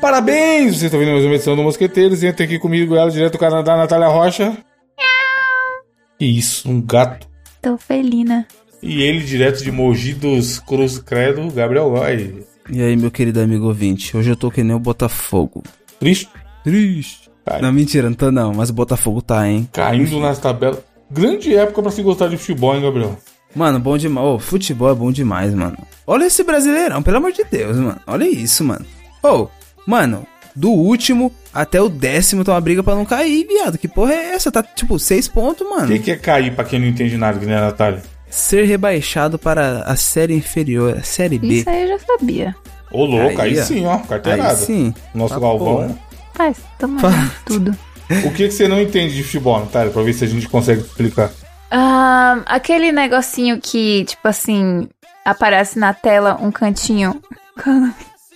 Parabéns! Vocês estão vendo mais uma edição do Mosqueteiros. Entra aqui comigo, ela, direto do canal da Natália Rocha. Que isso, um gato. Tô felina. E ele, direto de Mogi dos Cruz Credo, Gabriel Vai. E aí, meu querido amigo ouvinte, hoje eu tô que nem o Botafogo. Triste, Triste. Ai. Não, mentira, não tô não, mas o Botafogo tá, hein? caindo nas tabelas. Grande época pra se gostar de futebol, hein, Gabriel? Mano, bom demais. Ô, futebol é bom demais, mano. Olha esse brasileirão, pelo amor de Deus, mano. Olha isso, mano. Ô, mano, do último até o décimo tá uma briga pra não cair, viado. Que porra é essa? Tá tipo seis pontos, O mano. que, que é cair pra quem não entende nada, que nem a Natália? Ser rebaixado para a série inferior, a série B. Isso é- aí eu já sabia. Ô, louco, aí, Aí, ó. sim, ó, carteirada. Aí sim. Nosso Ah, Galvão. porra. Faz, tamo Fala. olhando tudo. O que, que você não entende de futebol, Natália? Pra ver se a gente consegue explicar. Ah, aquele negocinho que, tipo assim, aparece na tela um cantinho.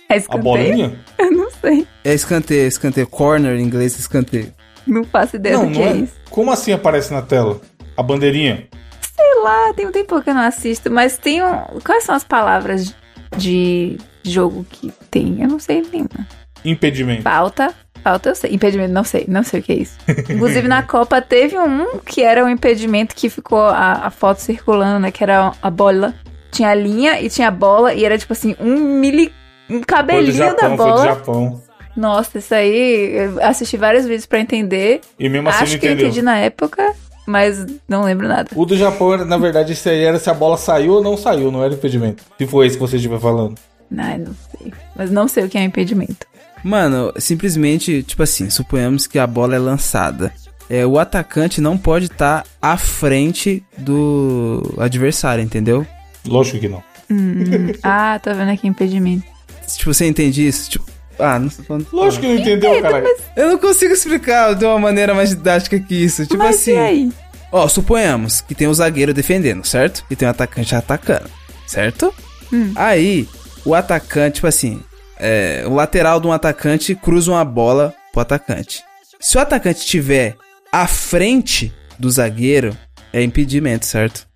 É A escanteio? bolinha? Eu não sei. É escanteio, escanteio. Corner em inglês, escanteio. Não faço ideia Não, do que não é é. isso. Como assim aparece na tela? A bandeirinha? Sei lá, tem um tempo que eu não assisto, mas tem um. Quais são as palavras de jogo que tem? Eu não sei nenhuma. Impedimento. Falta. Falta eu sei. Impedimento, não sei. Não sei o que é isso. Inclusive, na Copa teve um que era um impedimento que ficou a, a foto circulando, né? Que era a bola. Tinha a linha e tinha a bola. E era tipo assim, um mili. Um Foi do cabelinho da Japão, foi do bola. Japão. Nossa, isso aí. Eu assisti vários vídeos pra entender. E mesmo assim não Acho que eu entendeu. entendi na época, mas não lembro nada. O do Japão, era, na verdade, esse aí era se a bola saiu ou não saiu, não era impedimento. Se for esse que você estiver falando. Ai, não sei. Mas não sei o que é um impedimento. Mano, simplesmente, tipo assim, suponhamos que a bola é lançada. É, o atacante não pode estar à frente do adversário, entendeu? Lógico que não. Hum, ah, tô vendo aqui impedimento. Tipo, você entende isso? Tipo, ah, não sei falando. Lógico que não entendeu, cara. Eu não consigo explicar de uma maneira mais didática que isso. Tipo mas assim. e aí? Ó, suponhamos que tem um zagueiro defendendo, certo? E tem um atacante atacando, certo? Hum. Aí, o atacante, tipo assim, é, o lateral de um atacante cruza uma bola pro atacante. Se o atacante estiver à frente do zagueiro, é impedimento, certo?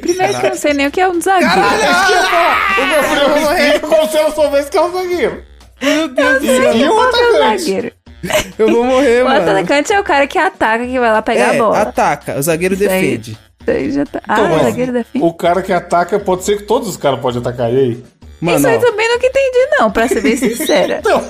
Primeiro que eu não sei nem o que é um zagueiro. O meu filho me explica como se eu soubesse que é o zagueiro. Meu Deus, E o Qual que é o atacante? zagueiro? eu vou morrer, O mano. atacante é o cara que ataca, que vai lá pegar É, a bola. ataca, o zagueiro Isso aí. defende. Isso aí já tá- Então, ah, o mas zagueiro defende. O cara que ataca, pode ser que todos os caras podem atacar. E aí? Mano, Isso aí ó. também nunca entendi, não, pra ser bem sincera. Então,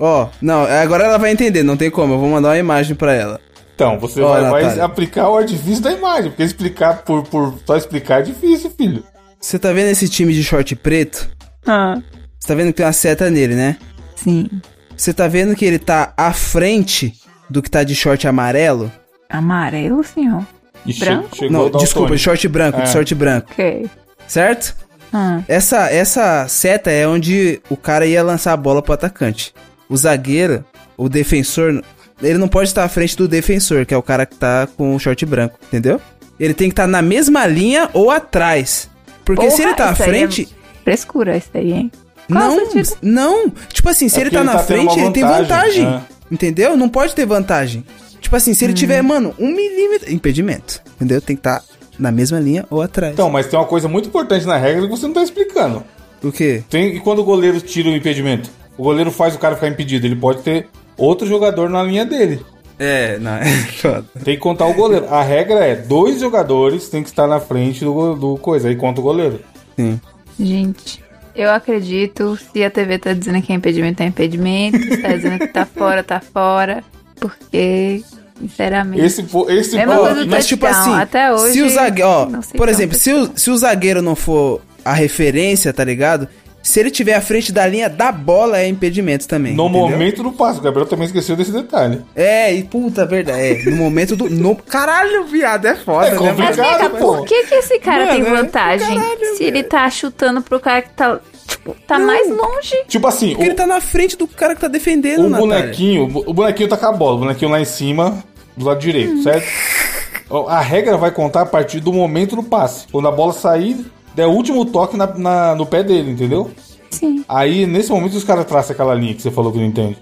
Ó, não, agora ela vai entender, não tem como. Eu vou mandar uma imagem pra ela. então você Ó, vai, vai Natália. aplicar o artifício da imagem, porque explicar por, por só explicar é difícil, filho. Você tá vendo esse time de short preto? Ah, Você tá vendo que tem uma seta nele, né? sim. Você tá vendo que ele tá à frente do que tá de short amarelo? Amarelo, senhor. E che- Branco? chegou o Não, desculpa, de Daltônico. short branco, É. de short branco, Ok. certo? Ah, Essa, essa seta é onde o cara ia lançar a bola pro atacante. O zagueiro, o defensor, ele não pode estar à frente do defensor, que é o cara que tá com o short branco, entendeu? Ele tem que estar na mesma linha ou atrás. Porque se Porra, ele tá à isso aí é frente, frescura isso aí, hein? Qual é Não, o sentido? não. Tipo assim, se É ele porque tá ele na tá tendo frente, uma ele tem vantagem, vantagem. é. Entendeu? Não pode ter vantagem. Tipo assim, Hum. se ele tiver, mano, um milímetro. Impedimento. Entendeu? Tem que estar na mesma linha ou atrás. Então, mas tem uma coisa muito importante na regra que você não tá explicando. o quê? Tem, e quando o goleiro tira o impedimento? O goleiro faz o cara ficar impedido, ele pode ter outro jogador na linha dele. É, não. É foda. Tem que contar o goleiro. A regra é, dois jogadores tem que estar na frente do, go- do coisa, aí conta o goleiro. Sim. Gente, eu acredito. Se a TV tá dizendo que é impedimento, é impedimento. Se tá dizendo que tá fora, tá fora. Porque, sinceramente. Esse, po- esse Mesma po- Ó, coisa do mas tipo touchdown, assim, até hoje, se o zagueiro, ó, não sei por não, né? exemplo, se o, se o zagueiro não for a referência, tá ligado? Se ele tiver à frente da linha da bola, é impedimento também. no entendeu? momento do passo, o Gabriel também esqueceu desse detalhe. É, e puta, verdade. É, no momento do. No... Caralho, viado, é foda, É né, mano? Mas vem cá, Obrigado, por pô. que, que esse cara Mano, tem é do vantagem caralho, se ele tá chutando pro cara que tá, tipo, tá mais longe? Tipo assim, Porque o, ele tá na frente do cara que tá defendendo, o Natália. bonequinho, o bo- o bonequinho tá com a bola, o bonequinho lá em cima, do lado direito, certo? Ó, A regra vai contar a partir do momento do passe. Quando a bola sair, é o último toque na- na- no pé dele, entendeu? Sim. Aí, nesse momento, os caras traçam aquela linha que você falou que não entende.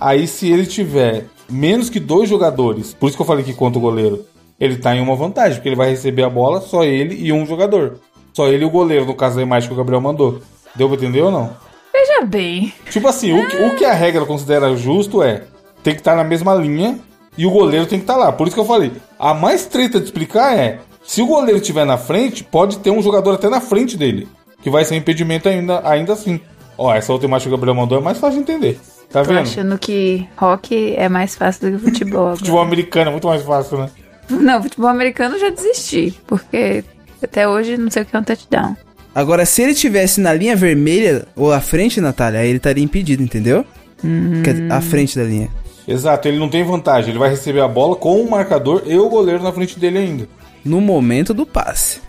Aí, se ele tiver menos que dois jogadores, por isso que eu falei que conta o goleiro, ele tá em uma vantagem, porque ele vai receber a bola, só é ele e um jogador. Só ele e o goleiro, no caso da imagem que o Gabriel mandou. Deu pra entender ou não? Veja Veja bem. Tipo assim, o, que- o que a regra considera justo é tem que estar na mesma linha e o goleiro tem que estar lá. Por isso que eu falei, a mais treta de explicar é se o goleiro estiver na frente, pode ter um jogador até na frente dele, que vai ser impedimento ainda, ainda assim. Ó, essa outra imagem que o Gabriel mandou é mais fácil de entender. Tá Tô vendo? achando que rock é mais fácil do que futebol. agora. Futebol americano é muito mais fácil, né? Não, futebol americano eu já desisti, porque até hoje não sei o que é um touchdown. Agora, se ele tivesse na linha vermelha ou à frente, Natália, aí ele estaria impedido, entendeu? Quer dizer, à frente da linha. Exato, ele não tem vantagem, ele vai receber a bola com o marcador e o goleiro na frente dele ainda. No momento do passe.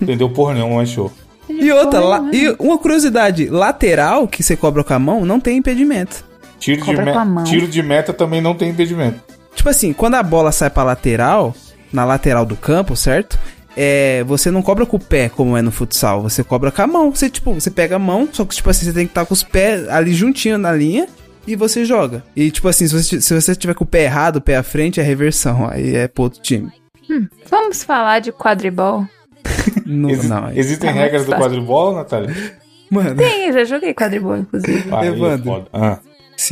Entendeu? Porra nenhuma, mas show. E outra, la- e uma curiosidade, lateral que você cobra com a mão não tem impedimento. Tiro de, Cobra com a me- mão. tiro de meta também não tem impedimento. Tipo assim, quando a bola sai pra lateral, na lateral do campo, certo? É, você não cobra com o pé, como é no futsal, você cobra com a mão. Você, tipo, você pega a mão, só que, tipo assim, você tem que estar com os pés ali juntinho na linha e você joga. E, tipo assim, se você, se você tiver com o pé errado, o pé à frente, é reversão. Aí é pro outro time. Vamos falar de quadribol? Não, Exi- não. aí- Existem Tá muito regras do fácil. quadribol, Natália? Mano, Tem, eu já joguei quadribol, inclusive. Aí é Evandro. foda. Ah.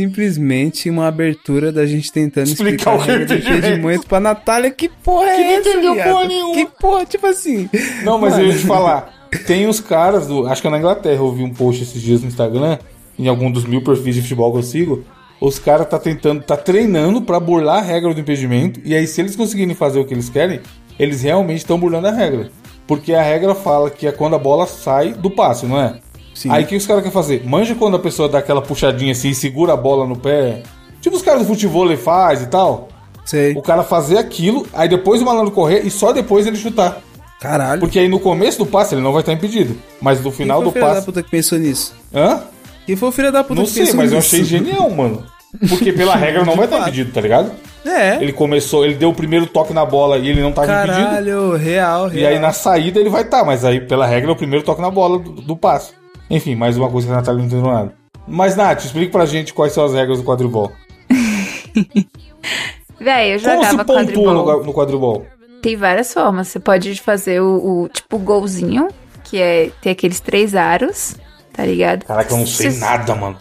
simplesmente uma abertura da gente tentando Explicar explicar, o que é a regra do impedimento. impedimento pra Natália. Que porra é Que não essa, entendeu viado? porra nenhuma. Que porra, tipo assim... Não, mas eu ia te Mano. falar. Tem uns caras do. Acho que é na Inglaterra, eu vi um post esses dias no Instagram, em algum dos mil perfis de futebol que eu sigo. Os caras tá tentando, tá treinando pra burlar a regra do impedimento. E aí, se eles conseguirem fazer o que eles querem, eles realmente estão burlando a regra. Porque a regra fala que é quando a bola sai do passe, não é? Sim. Aí o que os caras querem fazer? Manja quando a pessoa dá aquela puxadinha assim e segura a bola no pé. Tipo os caras do futebol faz e tal. Sei. O cara fazer aquilo, aí depois o malandro correr e só depois ele chutar. Caralho. Porque aí no começo do passe ele não vai estar impedido. Mas no Quem final foi o do filho da passe. puta que pensou nisso? Hã? Quem foi o filho da puta Não que sei, pensou mas nisso? eu achei genial, mano. Porque pela regra não vai estar impedido, tá ligado? É. Ele começou, ele deu o primeiro toque na bola e ele não tava impedido. Caralho, real, real. E aí na saída ele vai estar, mas aí pela regra é o primeiro toque na bola do, do passe. Enfim, mais uma coisa que a Natália não entendeu nada. Mas, Nath, explique pra gente quais são as regras do quadribol. Véi, eu Como se um jogava pontua no, quadribol. gua- no quadribol? Tem várias formas. Você pode fazer o, o tipo golzinho, que é ter aqueles três aros, tá ligado? Caraca, eu não sei Se- nada, mano.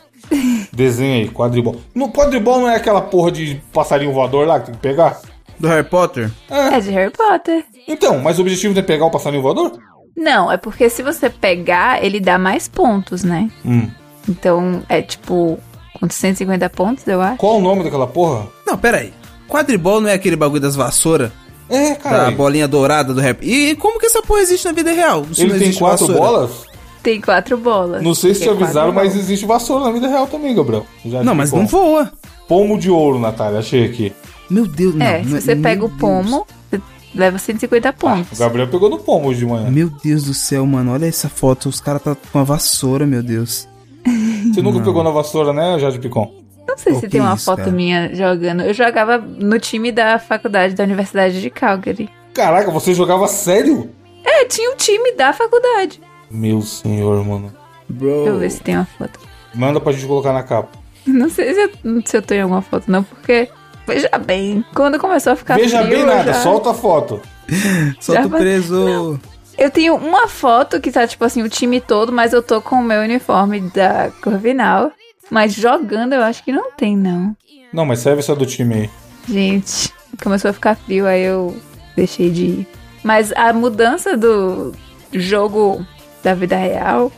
Desenha aí, quadribol. No quadribol não é aquela porra de passarinho voador lá que tem que pegar? Do Harry Potter? É de Harry Potter. Então, mas o objetivo não é pegar o passarinho voador? Não, é porque se você pegar, ele dá mais pontos, né? Hum. Então, é tipo, quantos 150 pontos, eu acho? Qual o nome daquela porra? Não, pera aí. Quadribol não é aquele bagulho das vassouras? É, Da cara. bolinha dourada do Harry E como que essa porra existe na vida real? Se não Ele tem existe quatro vassoura? bolas? Tem quatro bolas. Não sei se te Porque é avisaram, quadribol. mas existe vassoura na vida real também, Gabriel. Já Não, vi mas bom. não voa. Pomo de ouro, Natália, achei aqui. Meu Deus, não. É, não- se você meu pega o Deus. pomo, você leva 150 O pontos. Gabriel pegou no pomo hoje de manhã. Meu Deus do céu, mano. Olha essa foto. Os caras tá com a vassoura, meu Deus. Você nunca pegou na vassoura, né, Jade Picon? Não sei Pô, se que é tem uma isso, foto cara. minha jogando. Eu jogava no time da faculdade da Universidade de Calgary. Caraca, você jogava sério? É, tinha um time da faculdade. Meu senhor, mano. Bro. Deixa eu ver se tem uma foto. Manda pra gente colocar na capa. Não sei se eu, se eu tô em alguma foto, não, porque. Veja bem, quando começou a ficar Veja Tá frio, bem eu nada, já- solta a foto. Solta Já o vai- preso. Eu tenho uma foto que tá, tipo assim, o time todo, mas eu tô com o meu uniforme da Corvinal. Mas jogando eu acho que não tem, não. Não, mas serve essa do time aí. Gente, começou a ficar frio, aí eu deixei de ir. Mas a mudança do jogo da vida real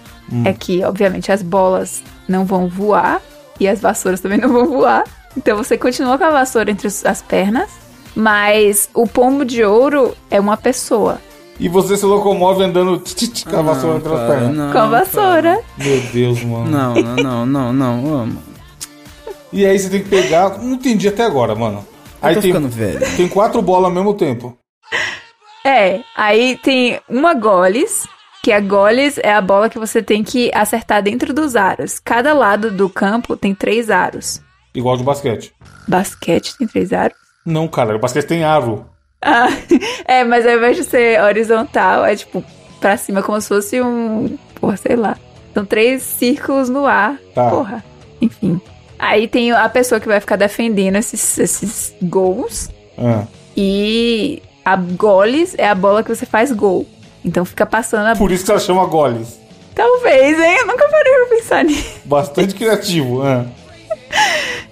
é que, obviamente, as bolas não vão voar e as vassouras também não vão voar. Então você continua com a vassoura entre os- as pernas, mas o pombo de ouro é uma pessoa E você se locomove andando tch, tch, tch, com a vassoura entre as Ah, cara, pernas. não, com a vassoura. Meu Deus, mano. Não, não, não, não, não, amo. E aí você tem que pegar. Não entendi até agora, mano. Eu Aí tô tem, ficando velho. tem quatro bolas ao mesmo tempo. É, aí tem uma goles, que a goles é a bola que você tem que acertar dentro dos aros. Cada lado do campo tem três aros. Igual de basquete. Basquete tem três aros? Não, cara, o basquete tem aro. Ah, é, mas ao invés de ser horizontal, é tipo pra cima, como se fosse um. Porra, sei lá. São três círculos no ar. Tá. Porra. Enfim. Aí tem a pessoa que vai ficar defendendo esses, esses gols. Ah. E a goles é a bola que você faz gol. Então fica passando a Por isso que ela chama goles. Talvez, hein? Eu nunca parei pra pensar nisso. Bastante criativo. ah.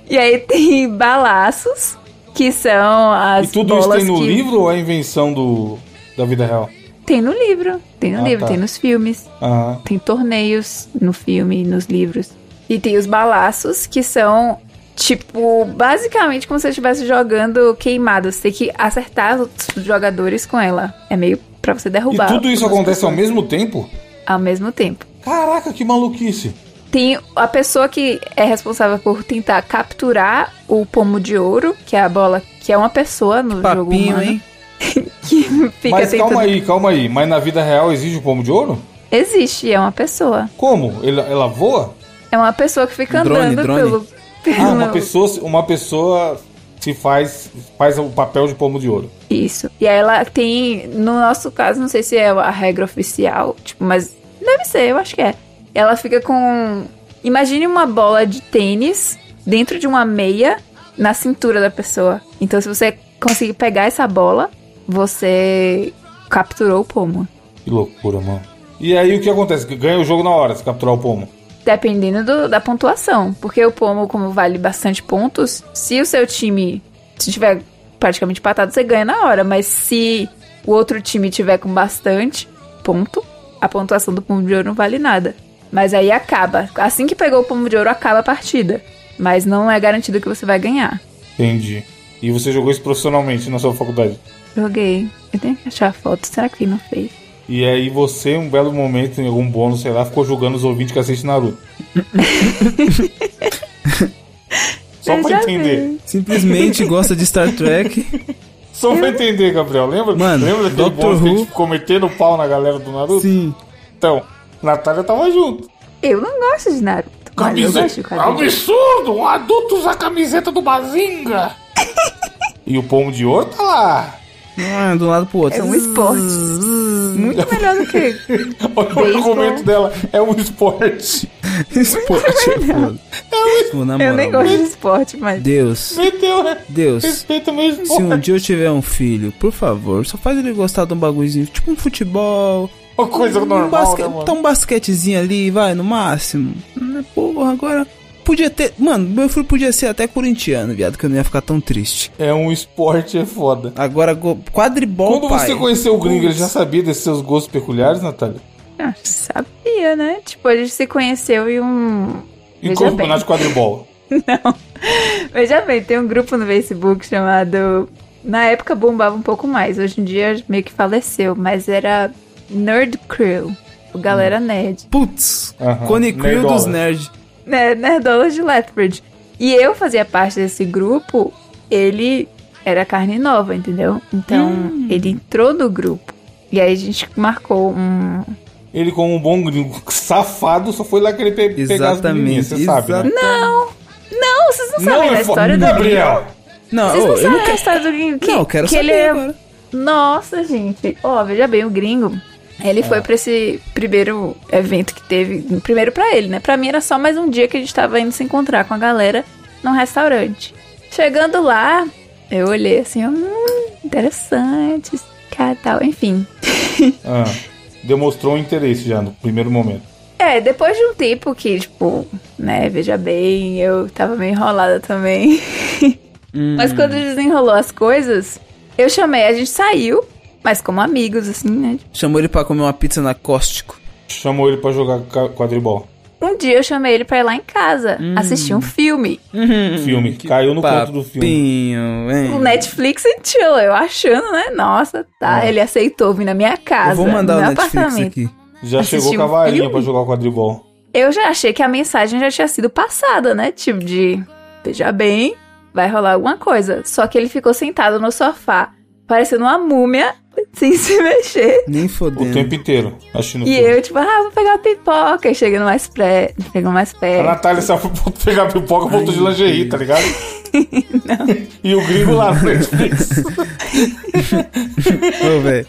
E aí tem balaços, que são as E tudo isso bolas tem no que... livro ou é invenção do, da vida real? Tem no livro, tem no Ah, livro, tá. tem nos filmes. Ah, Tem torneios no filme, nos livros. E tem os balaços, que são, tipo, basicamente como se você estivesse jogando queimado. Você tem que acertar os outros jogadores com ela. É meio pra você e derrubar. tudo isso algumas acontece ao pessoas mesmo tempo? ao mesmo tempo. Caraca, que maluquice. Tem a pessoa que é responsável por tentar capturar o pomo de ouro, que é a bola, que é uma pessoa no jogo Papinho, humano, hein? que fica Mas tentando... calma aí, calma aí. Mas na vida real existe o pomo de ouro? Existe, é uma pessoa. Como? Ela, ela voa? É uma pessoa que fica Drone, andando drone. pelo... Ah, uma pelo- pessoa, uma pessoa se faz, faz o papel de pomo de ouro. Isso. E aí ela tem, no nosso caso, não sei se é a regra oficial, tipo, mas deve ser, eu acho que é. Ela fica com. Imagine uma bola de tênis dentro de uma meia na cintura da pessoa. Então, se você conseguir pegar essa bola, você capturou o pomo. Que loucura, mano. E aí o que acontece? Ganha o jogo na hora se capturar o pomo. Dependendo do- da pontuação. Porque o pomo, como vale bastante pontos, se o seu time se tiver praticamente empatado, você ganha na hora. Mas se o outro time tiver com bastante ponto, a pontuação do pomo de ouro não vale nada. Mas aí acaba. Assim que pegou o pomo de ouro, acaba a partida. Mas não é garantido que você vai ganhar. Entendi. E você jogou isso profissionalmente na sua faculdade. Joguei. Eu tenho que achar a foto. Será que ele não fez? E aí você, um belo momento, em algum bônus, sei lá, ficou julgando os ouvintes que assistem Naruto. Só Eu pra já entender. vi. Simplesmente gosta de Star Trek. Só pra entender, Gabriel. Lembra, Mano, lembra daquele Dr. bônus que a Who. gente ficou metendo pau na galera do Naruto? Sim. Então, Natália tava junto. Eu não gosto de Naruto. Mas eu gosto de quadrinhos. Absurdo! Um adulto usa a camiseta do Bazinga! e o pomo de ouro tá lá. Ah, do lado pro outro. É um esporte. Muito melhor do que Olha o Beisebol. argumento dela. É um esporte. esporte. é foda. Pô, na Eu moral, nem mano. gosto de esporte, mas. Deus, Meteu, né? Deus. Respeita meu Se um esporte. dia eu tiver um filho, por favor, só faz ele gostar de um bagulhozinho, tipo um futebol, Uma coisa normal, um basque... né, mano? tá um basquetezinho ali, vai, no máximo. Hum, Porra, agora podia ter, mano, meu filho podia ser até corintiano, viado, que eu não ia ficar tão triste. É um esporte, é foda. Agagora go... quadribol, Quando pai. você conheceu o gringo, ele já sabia desses seus gostos peculiares, Natália? Ah, sabia, né? Tipo, a gente se conheceu em um. E Veja como bem. campeonato de quadribol? Veja bem, tem um grupo no Facebook chamado. Na época bombava um pouco mais, hoje em dia meio que faleceu, mas era Nerd Crew. o Galera Nerd. Putz, Aham, Cone Crew nerdola. dos nerds. Né? Nerdolas de Lethbridge. E eu fazia parte desse grupo, ele era carne nova, entendeu? Então, ele entrou no grupo. E aí a gente marcou um, Ele, como um bom gringo safado, só foi lá querer pe pegar as menininhas, você Exatamente. sabe, né? exata- Não! Não, vocês não, sabem da é fo- história do Gringo. Gabriel! Não, Vocês não ô, eu sabem não da quero. história do Gringo. Que, Não, eu quero que saber ele é- agora. Nossa, gente. Ó, veja bem, o Gringo, ele Ah. foi pra esse primeiro evento que teve. Primeiro pra ele, né? Pra mim era só mais um dia que a gente tava indo se encontrar com a galera num restaurante. Chegando lá, eu olhei assim, hum, interessante, esse cara e tal, enfim. Ah, demonstrou um interesse já no primeiro momento. É, depois de um tempo que, tipo, né, veja bem, eu tava meio enrolada também. Hum. Mas quando desenrolou as coisas, eu chamei, a gente saiu, mas como amigos, assim, né? Chamou ele pra comer uma pizza na Cóstico. Chamou ele pra jogar ca- quadribol. Um dia eu chamei ele pra ir lá em casa Hum. assistir um filme. Uhum. filme. Caiu no conto do filme. Papinho, Hum, hein? Um Netflix and chill, eu achando, né? Nossa, tá. Ele aceitou vir na minha é casa. É. Eu vou mandar no o meu Netflix apartamento. aqui. Já Assistiu chegou com a um varinha filme? pra jogar o quadribol. Eu já achei que a mensagem já tinha sido passada, né? Tipo de, veja bem, vai rolar alguma coisa. Só que ele ficou sentado no sofá, parecendo uma múmia, sem se mexer. Nem O fodendo. tempo inteiro, assistindo E filme. eu, tipo, ah, vou pegar uma pipoca. E chegando mais pré, chegando mais A perto. Natália saiu pra pegar pipoca, voltou de Ai, lingerie, tá ligado? e o gringo lá no Netflix. Ô, velho.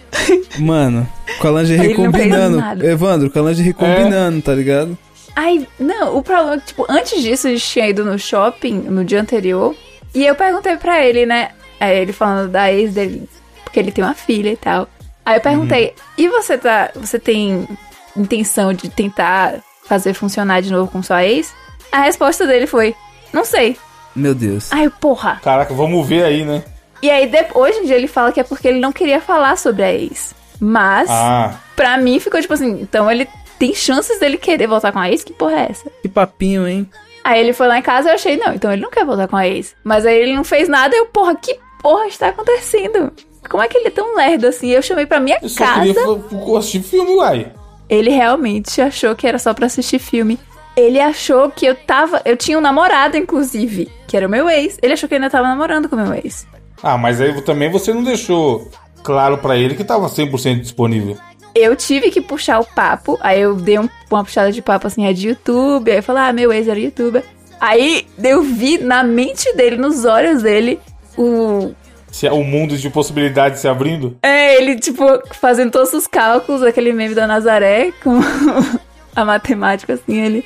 Mano, com a lingerie Ele não fez combinando. nada. Evandro, com a É. lingerie combinando, tá ligado? Ai, não, o problema é que, tipo, antes disso a gente tinha ido no shopping no dia anterior. E eu perguntei pra ele, né? Aí ele falando da ex dele, porque ele tem uma filha e tal. Aí eu perguntei, e você tá. Você tem intenção de tentar fazer funcionar de novo com sua ex? A resposta dele foi: Não sei. Meu Deus. Ai, porra. Caraca, vamos ver aí, né? E aí, de- hoje em dia, ele fala que é porque ele não queria falar sobre a ex. Mas, Ah, pra mim, ficou tipo assim: então ele tem chances dele querer voltar com a ex? Que porra é essa? Que papinho, hein? Aí ele foi lá em casa e eu achei: não, então ele não quer voltar com a ex. Mas aí ele não fez nada e eu, porra, que porra está acontecendo? Como é que ele é tão lerdo assim? Eu chamei pra minha eu só casa. queria fa- assistir filme, uai. Ele realmente achou que era só pra assistir filme. Ele achou que eu tava. Eu tinha um namorado, inclusive, que era o meu ex. Ele achou que eu ainda tava namorando com o meu ex. Ah, mas aí também você não deixou claro pra ele que tava 100% disponível. Eu tive que puxar o papo, aí eu dei um- uma puxada de papo assim, é de YouTube. Aí eu falei, ah, meu ex era youtuber. Aí eu vi na mente dele, nos olhos dele, o. Se é o mundo de possibilidades se abrindo. É, ele, tipo, fazendo todos os cálculos, aquele meme da Nazaré com a matemática, assim, ele.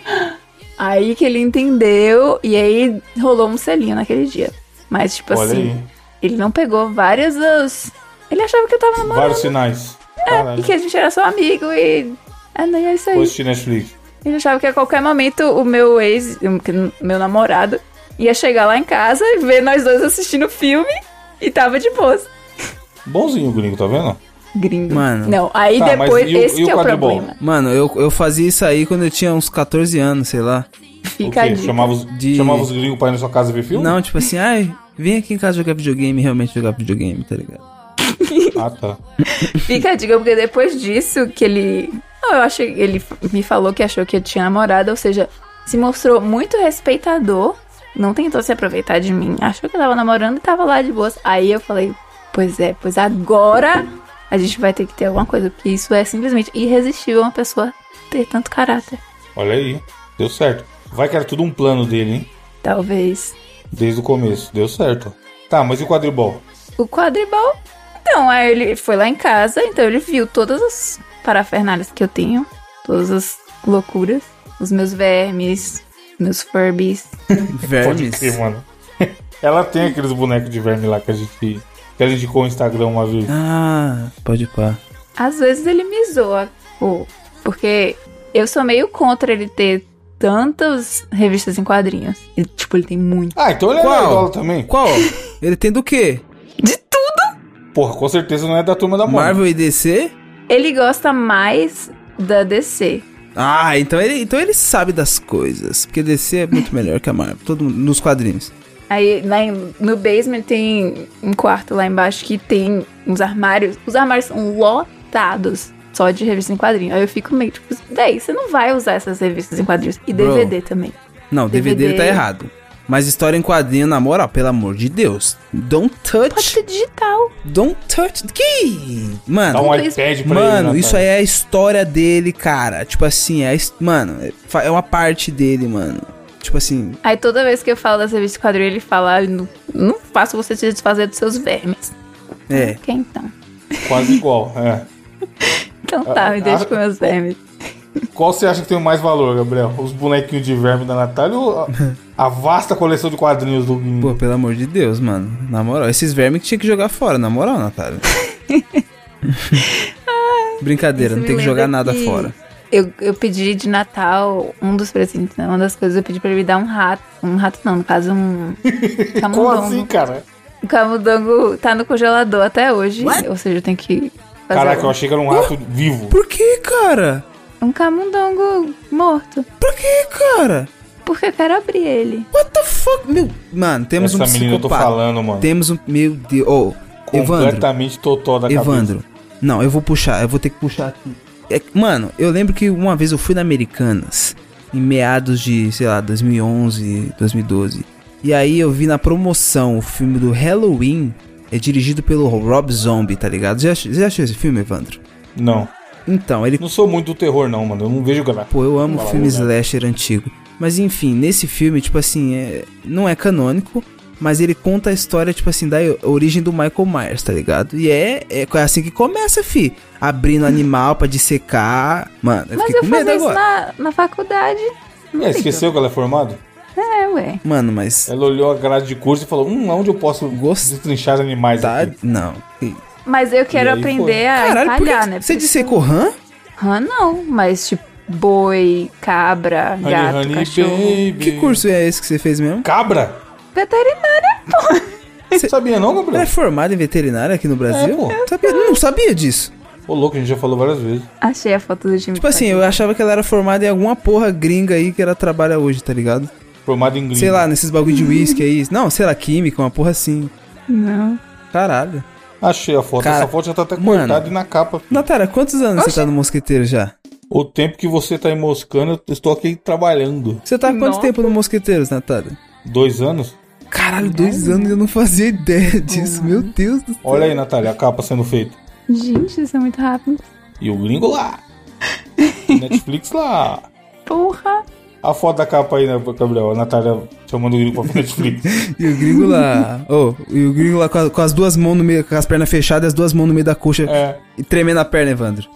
Aí que ele entendeu, e aí rolou um selinho naquele dia. Mas, tipo Olha assim, aí. ele não pegou várias das. Ele achava que eu tava namorando Vários sinais. Caralho. É, e que a gente era só amigo e. Ah, não, é isso aí. Vou assistir Netflix. Ele achava que a qualquer momento o meu ex, o meu namorado, ia chegar lá em casa e ver nós dois assistindo filme e tava de boas. Bonzinho o gringo, tá vendo? Gringo. Mano. Não, aí Tá, mas depois, e o- esse e o que é o quadribol? problema. Mano, eu, eu fazia isso aí quando eu tinha uns 14 anos, sei lá. o Fica a quê? dica. Chamava os, De- chamava os gringos pra ir na sua casa ver filme? Não, tipo assim, ai, vem aqui em casa jogar videogame, realmente jogar videogame, tá ligado? Ah, tá. Fica a dica, porque depois disso que ele. Não, eu achei. Ele me falou que achou que eu tinha namorada, ou seja, se mostrou muito respeitador, não tentou se aproveitar de mim. Achou que eu tava namorando e tava lá de boas. Aí eu falei, pois é, pois agora a gente vai ter que ter alguma coisa, porque isso é simplesmente irresistível uma pessoa ter tanto caráter. Olha aí. Deu certo. Vai que era tudo um plano dele, hein? Talvez. Desde o começo. Deu certo. Tá, mas e o quadribol? O quadribol. Então, aí ele foi lá em casa, então ele viu todas as parafernálias que eu tenho, todas as loucuras, os meus vermes, meus furbies. Pode Vermes. crer, mano. Ela tem aqueles bonecos de verme lá que a gente, que ela indicou o Instagram uma vez. Ah, pode pá. Às vezes ele me zoa, pô, porque eu sou meio contra ele ter tantas revistas em quadrinhos. Ele, tipo, ele tem muito. Ah, então ele é Qual? nerdola também. Qual? Ele tem do quê? De tudo! Porra, com certeza não é da turma da Marvel. Marvel e DC? Ele gosta mais da DC. Ah, então ele, então ele sabe das coisas. Porque DC é muito melhor que a Marvel. Todo mundo, nos quadrinhos. Aí lá em- no basement tem um quarto lá embaixo que tem uns armários. Os armários são lotados só de revista em quadrinho. Aí eu fico meio tipo, daí você não vai usar essas revistas em quadrinhos. E Bro. DVD também. Não, DVD, DVD. tá errado. Mas história em quadrinho, na moral, pelo amor de Deus. Don't Pode touch. ser digital. Don't touch. Que? Mano. Dá um Tudo isso- iPad pra ele. né, Mano, Natália. isso aí é a história dele, cara. Tipo assim, é a, his- mano, é fa- é uma parte dele, mano. Tipo assim, Aí toda vez que eu falo das revistas em quadrinho, ele fala, "Ah, não, não faço você se desfazer dos seus vermes. é. Que então? Quase igual. É. Então tá, me deixa com meus vermes. Qual você acha que tem mais valor, Gabriel? Os bonequinhos de verme da Natália ou a, a vasta coleção de quadrinhos do Pô, Guinho? pelo amor de Deus, mano. Na moral, esses vermes que tinha que jogar fora, na moral, Natália. Brincadeira, Isso não me tem que jogar lembra nada que fora. Eu, eu pedi de Natal um dos presentes, né? Uma das coisas eu pedi pra ele me dar um rato. Um rato não, no caso, um Como camundongo. assim, cara? O camundongo tá no congelador até hoje. Ou seja, eu tenho que fazer Caraca, um, eu achei que era um Uh! rato vivo. Por que, cara? um camundongo morto. Por que, cara? Porque eu quero abrir ele. What the fuck? Meu, mano, temos Essa um menina eu tô psicopata. falando, mano. Temos um, meu Deus. Ô, Evandro. Completamente totó da cabeça. Evandro, não, eu vou puxar, eu vou ter que puxar aqui. É, mano, eu lembro que uma vez eu fui na Americanas, em meados de, sei lá, 2011, 2012. E aí eu vi na promoção o filme do Halloween, é dirigido pelo Rob Zombie, tá ligado? Você já, ach- você já achou esse filme, Evandro? Não. Então, ele Não sou muito do terror, não, mano. Eu não vejo graça. Pô, eu amo Fala a filme verdade. slasher antigo. Mas enfim, nesse filme, tipo assim, é- não é canônico, mas ele conta a história, tipo assim, da origem do Michael Myers, tá ligado? E é, é assim que começa, fi. Abrindo animal pra dissecar. Mano, eu Mas fiquei eu com medo fazia isso agora. na, na faculdade. É, esqueceu que ela é formada? É, ué. Mano, mas. Ela olhou a grade de curso e falou: Hum, onde eu posso Gosto- destrinchar animais? Tá. aqui?" Não. E- Mas eu quero aí foi. aprender a Caralho, por empalhar, que né? você Porque- disecou rã? Rã não, mas tipo boi, cabra, Honey, gato, honey, cachorro. baby. Que curso é esse que você fez mesmo? Cabra? Veterinária, pô. Sabia não, Ela é Gabriel? formada em veterinária aqui no É, Brasil? pô. Sabia- não sabia disso. Ô, louco, a gente já falou várias vezes. Achei a foto do time. Tipo assim, eu achava que ela era formada em alguma porra gringa aí que ela trabalha hoje, tá ligado? Formado em gringo. Sei lá, nesses bagulho de whisky aí. Não, sei lá, química, uma porra assim. Não. Caralho. Achei a foto. Cara, Essa foto já tá até mano. cortada e na capa. Natália, quantos anos você tá no mosqueteiro já? O tempo que você tá enmoscando, eu estou aqui trabalhando. Você tá há quanto Nossa. tempo no Mosqueteiros, Natália? Dois anos? Caralho, dois anos e eu não fazia ideia disso. Meu Deus do céu. Olha aí, Natália, a capa sendo feita. Gente, isso é muito rápido. E o gringo lá. Netflix lá. Porra. A foto da capa aí, né, Gabriel? A Natália chamando o gringo pra Netflix. E o gringo lá. Oh, e o gringo lá com, a- com as duas mãos no meio, com as pernas fechadas e as duas mãos no meio da coxa É. e tremendo a perna, Evandro.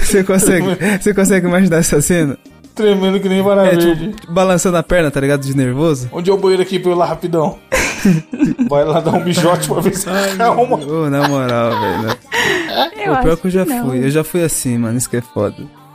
você, consegue, você consegue imaginar essa cena? Tremendo que nem vara É, verde. tipo, balançando a perna, tá ligado? De nervoso. Onde é o banheiro aqui pra eu ir lá rapidão? Vai lá dar um mijote pra ver se calma. Ô, na moral, velho. Eu o acho pior é que eu já não. fui. Eu já fui assim, mano. Isso que é foda.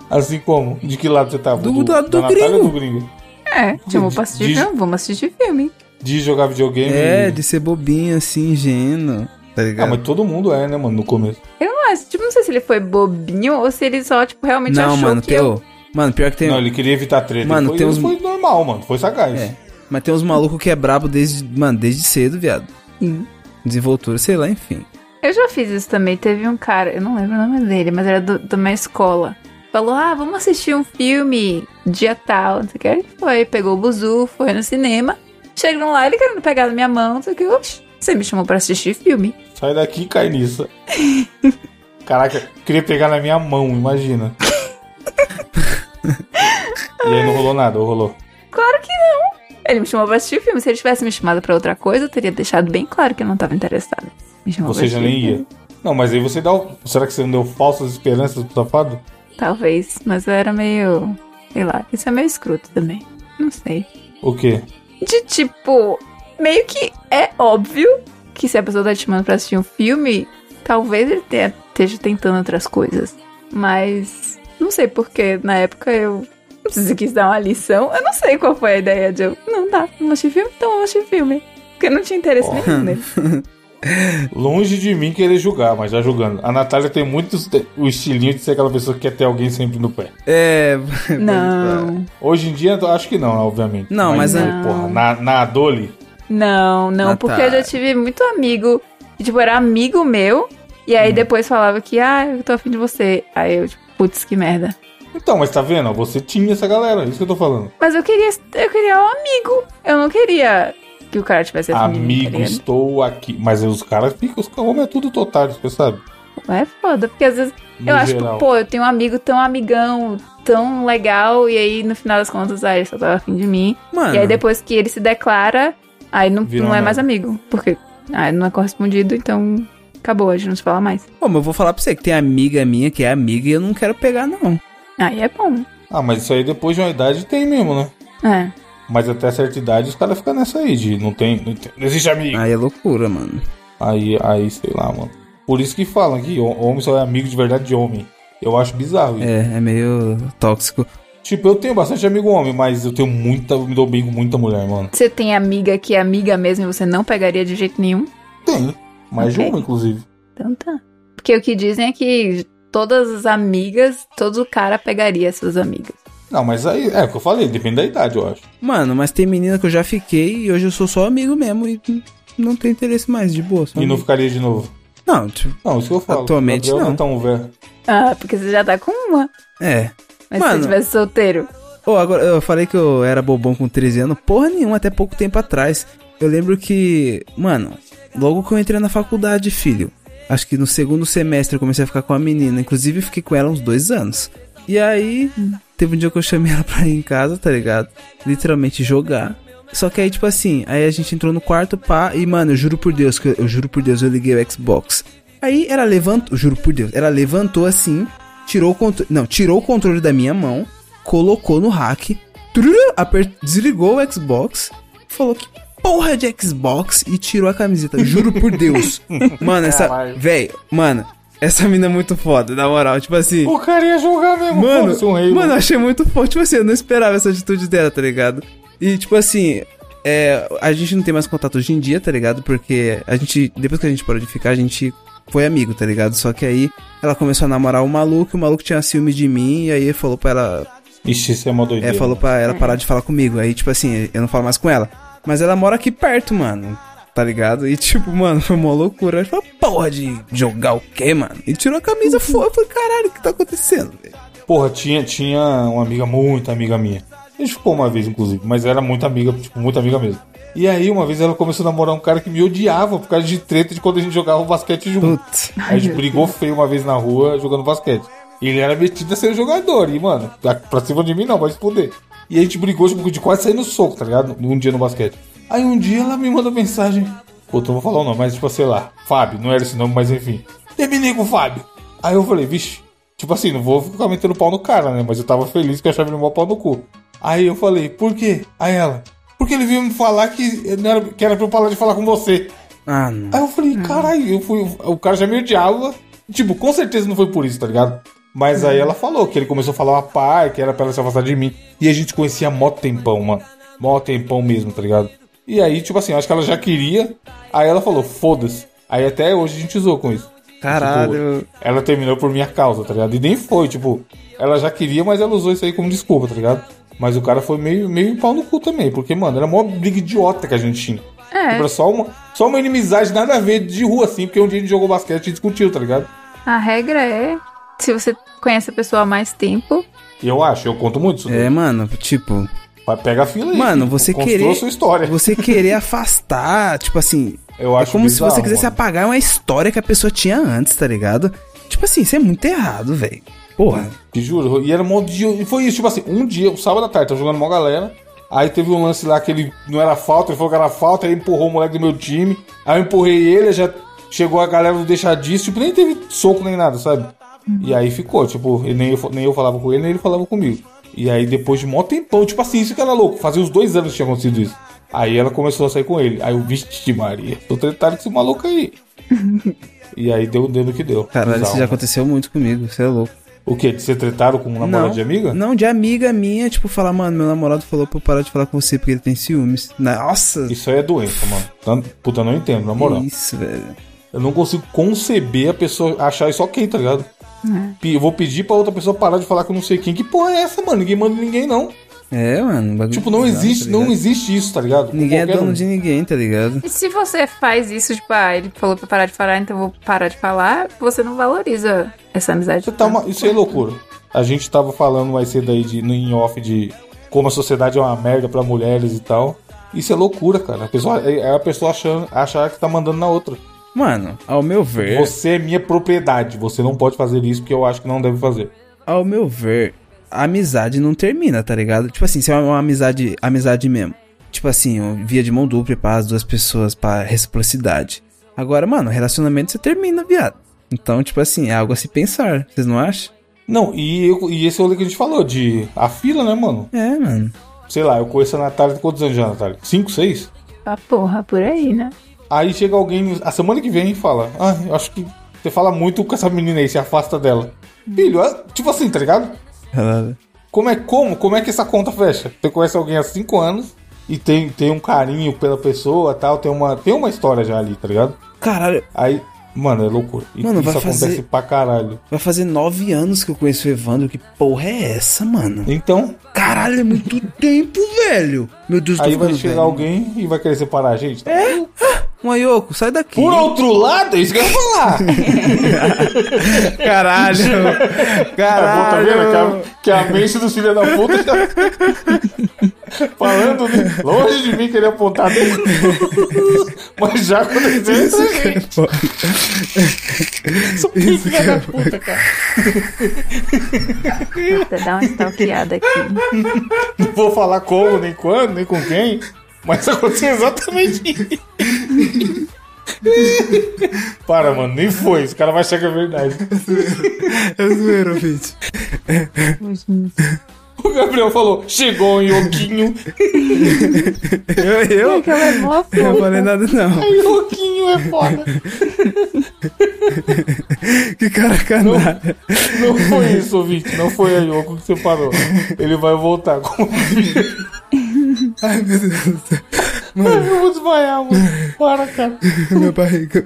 Assim como? De que lado você tava? Do- do lado da do Natália gringo. ou do gringo? É, chamou pra assistir Diz- filme, vamos assistir filme. De jogar videogame. É, de ser bobinho, assim, ingênuo. Tá Ah, ligado? mas todo mundo é, né, mano, no começo. Eu não acho, tipo, não sei se ele foi bobinho ou se ele só, tipo, realmente não, achou mano, que tem. eu... ô, Mano, pior que tem. um- Não, ele queria evitar treta. Mano, foi, tem ele uns- foi normal, mano. Foi sagaz. É. Mas tem uns malucos que é brabo desde. Mano, desde cedo, viado. Sim. Desenvoltura, sei lá, enfim. Eu já fiz isso também. Teve um cara, eu não lembro o nome dele, mas era do- da minha escola. Falou, ah, vamos assistir um filme dia tal, não sei o que. Ele foi, pegou o buzu, foi no cinema. Chegam lá, ele querendo pegar na minha mão, não sei o que. Oxe, você me chamou pra assistir filme? Sai daqui e cai nisso. Caraca, queria pegar na minha mão, imagina. e aí não rolou nada, ou rolou? Claro que não. Ele me chamou pra assistir filme. Se ele tivesse me chamado pra outra coisa, eu teria deixado bem claro que eu não tava interessada. Me chamou Você pra já assistir nem né? filme. ia. Não, mas aí você dá o... Será que você não deu falsas esperanças pro safado? Talvez, mas eu era meio. Sei lá, isso é meio escroto também. Não sei. O quê? De tipo, meio que é óbvio que se a pessoa tá te chamando pra assistir um filme, talvez ele tenha- esteja tentando outras coisas. Mas não sei porque na época eu não sei se quis dar uma lição. Eu não sei qual foi a ideia de eu. Não dá, não assisti filme, então eu não assisti filme. Porque eu não tinha interesse nenhum né? nele. Longe de mim querer julgar, mas já julgando. A Natália tem muito este- o estilinho de ser aquela pessoa que quer ter alguém sempre no pé. É. Não. Hoje em dia, eu acho que não, obviamente. Não, mas eh, não. Porra, na, na Adole, Não, não, Ah, tá. Natália. porque eu já tive muito amigo. que, Tipo, era amigo meu. E Uhum. aí depois falava que, ah, eu tô afim de você. Aí eu, tipo, putz, que merda. Então, mas tá vendo? Você tinha essa galera, é isso que eu tô falando. Mas eu queria, eu queria um amigo. Eu não queria que o cara tivesse afim de mim, tá Amigo, ligado? estou aqui. Mas os caras ficam, os caras é tudo totário, você sabe? É foda, porque às vezes No eu acho, geral. tipo, pô, eu tenho um amigo tão amigão, tão legal, e aí no final das contas, ah, ele só tava afim de mim. Mano. E aí depois que ele se declara, aí não, Vira um não uma é mais merda. amigo. Porque ah, não é correspondido, então acabou, a gente não se fala mais. Pô, mas eu vou falar pra você que tem amiga minha que é amiga e eu não quero pegar, não. Aí é bom. Ah, mas isso aí depois de uma idade tem mesmo, né? É. Mas até certa idade os caras ficam nessa aí de não tem, não, tem- não existe amigo. Aí é loucura, mano. Aí, aí, sei lá, mano. Por isso que falam que hom- homem só é amigo de verdade de homem. Eu acho bizarro isso. É, é meio tóxico. É. Tipo, eu tenho bastante amigo homem, mas eu tenho muita. Me dou bem com muita mulher, mano. Você tem amiga que é amiga mesmo e você não pegaria de jeito nenhum? Tem. Mais de Ok. uma, inclusive. Então tá. Porque o que dizem é que todas as amigas, todo cara pegaria suas amigas. Não, mas aí. É o que eu falei, depende da idade, eu acho. Mano, mas tem menina que eu já fiquei e hoje eu sou só amigo mesmo e não tenho interesse mais, de boa. Só Uhum. E não amigo. ficaria de novo. Não, tipo, Não, isso que eu falo. Atualmente, Gabriel não. é tão velho. Ah, porque você já tá com uma. é. Mas se Mano. você tivesse solteiro. Ô, agora eu falei que eu era bobão com 13 anos, porra nenhuma, até pouco tempo atrás. Eu lembro que, mano, logo que eu entrei na faculdade, filho, acho que no segundo semestre eu comecei a ficar com a menina, inclusive fiquei com ela uns dois anos. E aí, teve um dia que eu chamei ela pra ir em casa, tá ligado? Literalmente jogar. Só que aí, tipo assim, aí a gente entrou no quarto, pá, e mano, eu juro por Deus, que eu, eu juro por Deus, eu liguei o Xbox. Aí ela levantou, juro por Deus, ela levantou assim, tirou o controle, não, tirou o controle da minha mão, colocou no rack, tururu, aper- desligou o Xbox, falou que porra de Xbox e tirou a camiseta, juro por Deus. mano, essa, Caralho. véi, mano, Essa mina é muito foda, na moral. Tipo assim. O cara ia jogar mesmo, Mano, foda-se um rei. mano, eu achei muito forte. Tipo assim, eu não esperava essa atitude dela, tá ligado? E, tipo assim, é, a gente não tem mais contato hoje em dia, tá ligado? Porque a gente, depois que a gente parou de ficar, a gente foi amigo, tá ligado? Só que aí ela começou a namorar o maluco, e o maluco tinha ciúme de mim, e aí falou pra ela, Ixi, isso é uma é, doideira. falou pra ela parar de falar comigo. Aí, tipo assim, eu não falo mais com ela. Mas ela mora aqui perto, mano. Tá ligado? E tipo, mano, foi uma loucura. Ela falou, porra de jogar o quê, mano? E tirou a Uhum. camisa fora. Eu falei, caralho, o que tá acontecendo, velho? Porra, tinha, tinha uma amiga, muito amiga minha. A gente ficou uma vez, inclusive, mas era muito amiga, tipo, muito amiga mesmo. E aí, uma vez ela começou a namorar um cara que me odiava por causa de treta de quando a gente jogava basquete junto. Putz. Aí a gente brigou feio uma vez na rua jogando basquete. E Ele era metido a ser jogador, e mano, tá pra cima de mim não, vai se fuder. E a gente brigou tipo, de quase sair no soco, tá ligado? Um dia no basquete. Aí um dia ela me mandou mensagem. Puta, eu não vou falar o nome, mas tipo, sei lá, Fábio, não era esse nome, mas enfim. Terminei com o Fábio. Aí eu falei, vixe, tipo assim, não vou ficar metendo pau no cara, né? Mas eu tava feliz que eu achava ele um pau no cu. Aí eu falei, por quê? Aí ela, porque ele veio me falar que, não era, que era pra eu parar de falar com você. Ah, não. Aí eu falei, caralho, eu fui, o cara já me odiava. Tipo, com certeza não foi por isso, tá ligado? Mas aí ela falou que ele começou a falar uma par, que era pra ela se afastar de mim. E a gente conhecia mó tempão, mano. Mó tempão mesmo, tá ligado? E aí, tipo assim, eu acho que ela já queria. Aí ela falou, foda-se. Aí até hoje a gente usou com isso. Caralho. Tipo, ela terminou por minha causa, tá ligado? E nem foi, tipo, ela já queria, mas ela usou isso aí como desculpa, tá ligado? Mas o cara foi meio, meio pau no cu também, porque, mano, era a maior briga idiota que a gente tinha. É. Tipo, era só uma, só uma inimizade nada a ver de rua, assim, porque um dia a gente jogou basquete e discutiu, tá ligado? A regra é, se você conhece a pessoa há mais tempo, E eu acho, eu conto muito isso. É, mano, tipo, Vai, Pega a fila aí. Mano, tipo, você constrói querer- sua história. você querer afastar, tipo assim. Eu acho é como se bizarro, você quisesse mano. apagar uma história que a pessoa tinha antes, tá ligado? Tipo assim, isso é muito errado, velho. Porra. Te juro. E era um mó dia. E foi isso, tipo assim, um dia, um sábado à tarde, tava jogando mó galera. Aí teve um lance lá que ele não era falta, ele falou que era falta, aí empurrou o moleque do meu time. Aí eu empurrei ele, já chegou a galera do deixar disso, tipo, nem teve soco nem nada, sabe? E aí ficou, tipo, e nem eu, nem eu falava com ele, nem ele falava comigo. E aí depois de mó tempão, tipo assim, isso que era louco, fazia uns dois anos que tinha acontecido isso. Aí ela começou a sair com ele. Aí eu, vixe, Maria, tô tretado com esse maluco aí. e aí deu deu no que deu. Caralho, isso Bizarro. já aconteceu muito comigo, você é louco. O quê? De ser tretado com uma namorada de amiga? Não, de amiga minha, tipo, falar, mano, meu namorado falou pra eu parar de falar com você porque ele tem ciúmes. Nossa, Isso aí é doença, mano. Tanto- Puta, eu não entendo, na que moral. isso, velho. Eu não consigo conceber a pessoa achar isso ok, tá ligado? É. Pe- Eu vou pedir pra outra pessoa parar de falar com não sei quem. Que porra é essa, mano? Ninguém manda ninguém, não. É, mano. bagulho Tipo, não bizarro, existe, tá não ligado? existe isso, tá ligado? Com Ninguém é qualquer dono um. de ninguém, tá ligado? E se você faz isso, tipo, ah, ele falou pra parar de falar, então eu vou parar de falar, você não valoriza essa amizade. Isso, tá uma- isso aí é loucura. A gente tava falando mais cedo aí de, no em off de como a sociedade é uma merda pra mulheres e tal. Isso é loucura, cara. A pessoa, é a pessoa achando, achar que tá mandando na outra. Mano, ao meu ver. Você é minha propriedade. Você não pode fazer isso porque eu acho que não deve fazer. ao meu ver, a amizade não termina, tá ligado? Tipo assim, se é uma amizade, amizade mesmo. Tipo assim, um via de mão dupla para as duas pessoas, pra reciprocidade. Agora, mano, relacionamento você termina, viado. Então, tipo assim, é algo a se pensar, vocês não acham? Não, e, eu- e esse é o que a gente falou, de a fila, né, mano? É, mano. Sei lá, eu conheço a Natália, tem quantos anos já, Natália? Cinco, seis? Ah, porra, por aí, né? Aí chega alguém a semana que vem e fala: Ah, eu acho que você fala muito com essa menina aí, se afasta dela. Filho, é- tipo assim, tá ligado? Ela- Como é, como? Como é que essa conta fecha? Você conhece alguém há cinco anos e tem, tem um carinho pela pessoa tal, tem uma, tem uma história já ali, tá ligado? Caralho, Aí, mano, é loucura. E Mano, isso vai acontece fazer- pra caralho. vai fazer nove anos que eu conheço o Evandro. Que porra é essa, mano? Então, Caralho, é muito tempo, velho. Meu Deus Aí do vai céu. chegar alguém e vai querer separar a gente. Maioco, Um sai daqui. Por outro lado, é isso que eu ia falar. Caralho. Tá Caralho. vendo? Que a, que a mente dos filhos da puta já... Falando de- longe de mim querer apontar dedo. Mas já aconteceu isso, gente. Sou filho da puta, cara. Até dá uma stalkeada aqui. Não vou falar como, nem quando, nem com quem. Mas aconteceu exatamente isso. Para, mano, nem foi. Esse cara vai achar que é verdade. É zoeiro, ouvinte. O Gabriel falou, chegou um ioquinho. Eu, eu, Aquela é mó eu fofa. falei nada não. ioquinho é foda. Que cara canalha. Não foi isso, ouvinte. Não foi a Yoko que separou. Ele vai voltar com o filho. Ai, meu Deus do céu. Ai, eu vou desmaiar, mano. Para, cara. Minha barriga.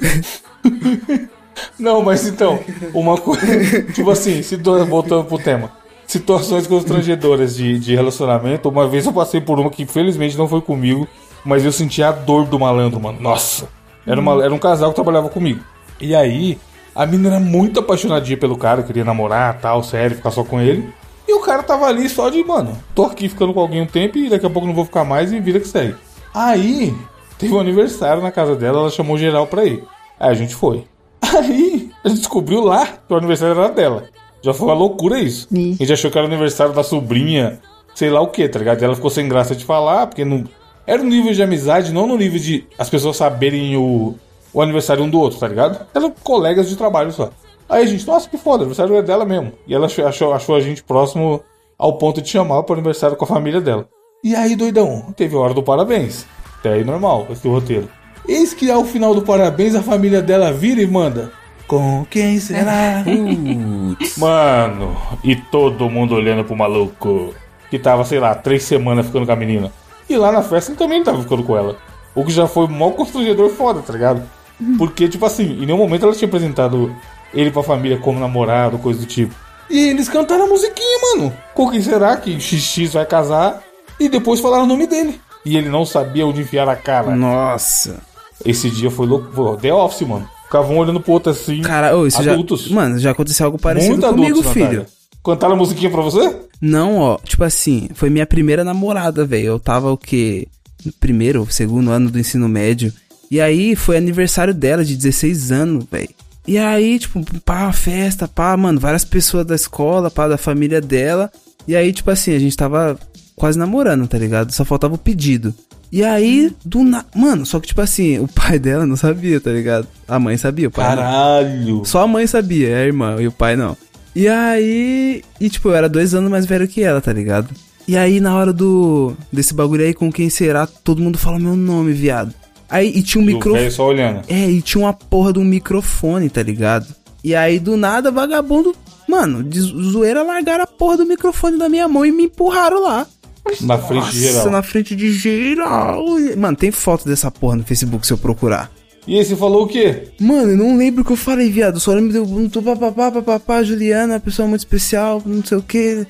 Não, mas então, uma coisa. Tipo assim, situa- voltando pro tema. Situações constrangedoras de, de relacionamento. Uma vez eu passei por uma que infelizmente não foi comigo, mas eu senti a dor do malandro, mano. Nossa! Era, uma- era um casal que trabalhava comigo. E aí, a menina era muito apaixonadinha pelo cara, queria namorar, tal, sério, ficar só com ele. E o cara tava ali só de, mano, tô aqui ficando com alguém um tempo e daqui a pouco não vou ficar mais e vida que segue. Aí, teve um aniversário na casa dela, ela chamou geral pra ir. Aí a gente foi. Aí, a gente descobriu lá que o aniversário era dela. Já foi uma loucura isso. Ih. A gente achou que era aniversário da sobrinha, sei lá o que, tá ligado? E Ela ficou sem graça de falar, porque não. Era um nível de amizade, não no nível de as pessoas saberem o, o aniversário um do outro, tá ligado? Eram colegas de trabalho só. Aí a gente, nossa, que foda, o aniversário é dela mesmo. E ela achou- achou, achou a gente próximo ao ponto de chamar pro aniversário com a família dela. E aí, doidão, teve a hora do parabéns. Até aí normal, esse é roteiro. Eis que ao final do parabéns a família dela vira e manda. Com quem será? Uh. Mano, e todo mundo olhando pro maluco. Que tava, sei lá, três semanas ficando com a menina. E lá na festa ele também tava ficando com ela. O que já foi mó constrangedor foda, tá ligado? Uhum. Porque, tipo assim, em nenhum momento ela tinha apresentado ele pra família como namorado, coisa do tipo. E eles cantaram a musiquinha, mano. Com quem será que XX vai casar? E depois falaram o nome dele. E ele não sabia onde enfiar a cara. Nossa. Esse dia foi louco. Pô, The Office, mano. Ficava um olhando pro outro assim. Cara, ô, isso Adultos. já. Mano, já aconteceu algo parecido muito comigo, adultos, filho. Natália. Cantaram a musiquinha pra você? Não, ó, tipo assim, foi minha primeira namorada, velho. Eu tava o quê? No primeiro ou segundo ano do ensino médio. E aí foi aniversário dela de 16 anos, velho. E aí, tipo, pá, festa, pá, mano, várias pessoas da escola, pá, da família dela. E aí, tipo assim, a gente tava quase namorando, tá ligado? Só faltava o pedido. E aí, do na... Mano, só que, tipo assim, o pai dela não sabia, tá ligado? A mãe sabia, o pai. não. Caralho. Tipo, Só a mãe sabia, é a irmã e o pai não. E aí. E tipo, eu era dois anos mais velho que ela, tá ligado? E aí, na hora do. desse bagulho aí, com quem será, todo mundo fala meu nome, viado. Aí, e tinha um E o microfone. velho só olhando. É, e tinha uma porra de um microfone, tá ligado? E aí, do nada, vagabundo. Mano, de zoeira largaram a porra do microfone da minha mão e me empurraram lá. Na frente de Nossa, geral. na frente de geral. Mano, tem foto dessa porra no Facebook se eu procurar. E aí você falou o quê? Mano, eu não lembro o que eu falei, viado. Só lembro do um tu papapá, papapá, Juliana, pessoa é muito especial, não sei o que.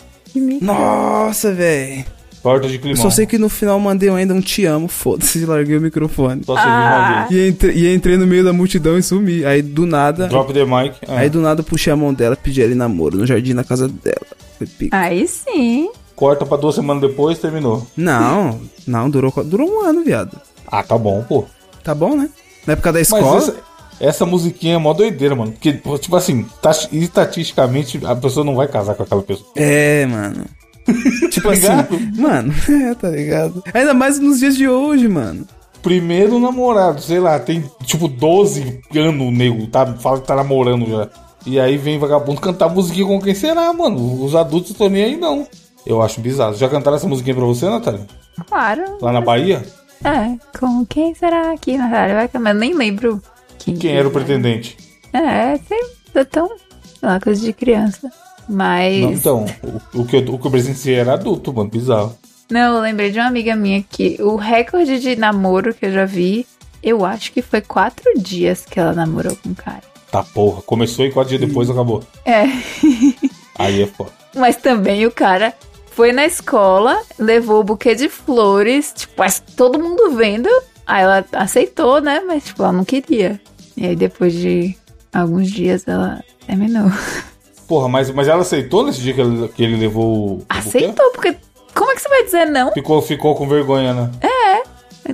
Nossa, velho. Torta de climão. Só sei que no final mandei um ainda um te amo, foda-se, larguei o microfone. Só sei Ah. que... E entrei, e entrei no meio da multidão e sumi. Aí do nada, Drop the mic. Ah. aí do nada eu puxei a mão dela, pedi ela em namoro no jardim na casa dela. Foi pica. Aí sim. Corta pra duas semanas depois, terminou. Não, não, durou, qua- durou um ano, viado. Ah, tá bom, pô. Tá bom, né? Na época da Mas escola. essa, essa musiquinha é mó doideira, mano. Porque, pô, tipo assim, ta- estatisticamente a pessoa não vai casar com aquela pessoa. É, mano. tipo Tá assim, ligado? mano, é, tá ligado? Ainda mais nos dias de hoje, mano. Primeiro namorado, sei lá, tem tipo 12 anos, nego, tá, fala que tá namorando já. E aí vem vagabundo cantar musiquinha com quem será, mano? Os adultos não estão nem aí, não. Eu acho bizarro. Já cantaram essa musiquinha pra você, Natália? Claro. Lá na Bahia? É, com quem será que Natália vai casar? Eu nem lembro quem, Quem era o pretendente? É, sei, é tão, sei lá, coisa de criança. Não, Mas, então, o, o que eu, o que eu presenciei era adulto, mano, bizarro. não, eu lembrei de uma amiga minha que o recorde de namoro que eu já vi, eu acho que foi quatro dias que ela namorou com o cara. Tá porra, começou e quatro dias depois acabou. É, Aí é foda. mas também o cara foi na escola, levou o buquê de flores, tipo, mas todo mundo vendo. Aí ela aceitou, né? Mas, tipo, ela não queria. E aí, depois de alguns dias, ela terminou. Porra, mas, mas ela aceitou nesse dia que ele, que ele levou o. o buquê? Aceitou, porque como é que você vai dizer não? É Ficou, ficou com vergonha, né?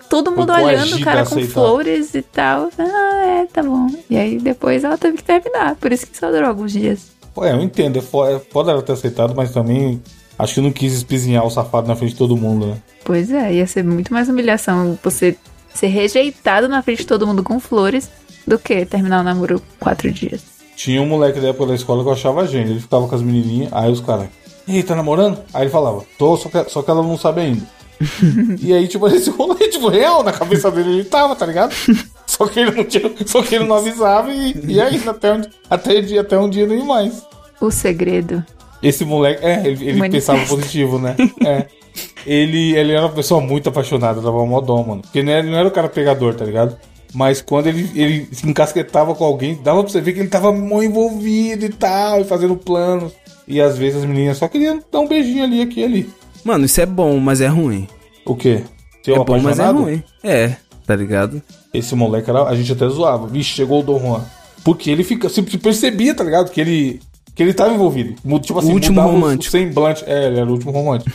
Todo mundo coagida olhando o cara a com aceitar. flores e tal. Ah, é, tá bom. E aí depois ela teve que terminar, por isso que só durou alguns dias. Pô, é, eu entendo, é fo- é foda ela ter aceitado, mas também acho que não quis espizinhar o safado na frente de todo mundo, né? Pois é, ia ser muito mais humilhação você ser rejeitado na frente de todo mundo com flores do que terminar o namoro quatro dias. Tinha um moleque da época da escola que eu achava gênio, ele ficava com as menininhas, aí os caras. E aí, tá namorando? Aí ele falava, tô, só que, só que ela não sabe ainda. e aí, tipo, esse rolê, tipo, real, na cabeça dele ele tava, tá ligado? Só que ele não, tinha, só que ele não avisava e, e aí, até um, até, dia- até um dia nem mais. O segredo. Esse moleque, é, ele, ele Manifesta. pensava positivo, né? É. Ele, ele era uma pessoa muito apaixonada, dava mó dó, mano. Porque não era, não era o cara pegador, tá ligado? Mas quando ele, ele se encasquetava com alguém, dava pra você ver que ele tava mó envolvido e tal, e fazendo planos. E às vezes as meninas só queriam dar um beijinho ali, aqui e ali. Mano, isso é bom, mas é ruim. O quê? um Seu é bom, mas é ruim. É, tá ligado? Esse moleque era. A gente até zoava. Vixe, chegou o Don Juan. Porque ele fica. Se se percebia, tá ligado? Que ele. Que ele tava envolvido. Mu- Tipo assim, O último mudava o- romântico. O semblante. É, ele era o último romântico.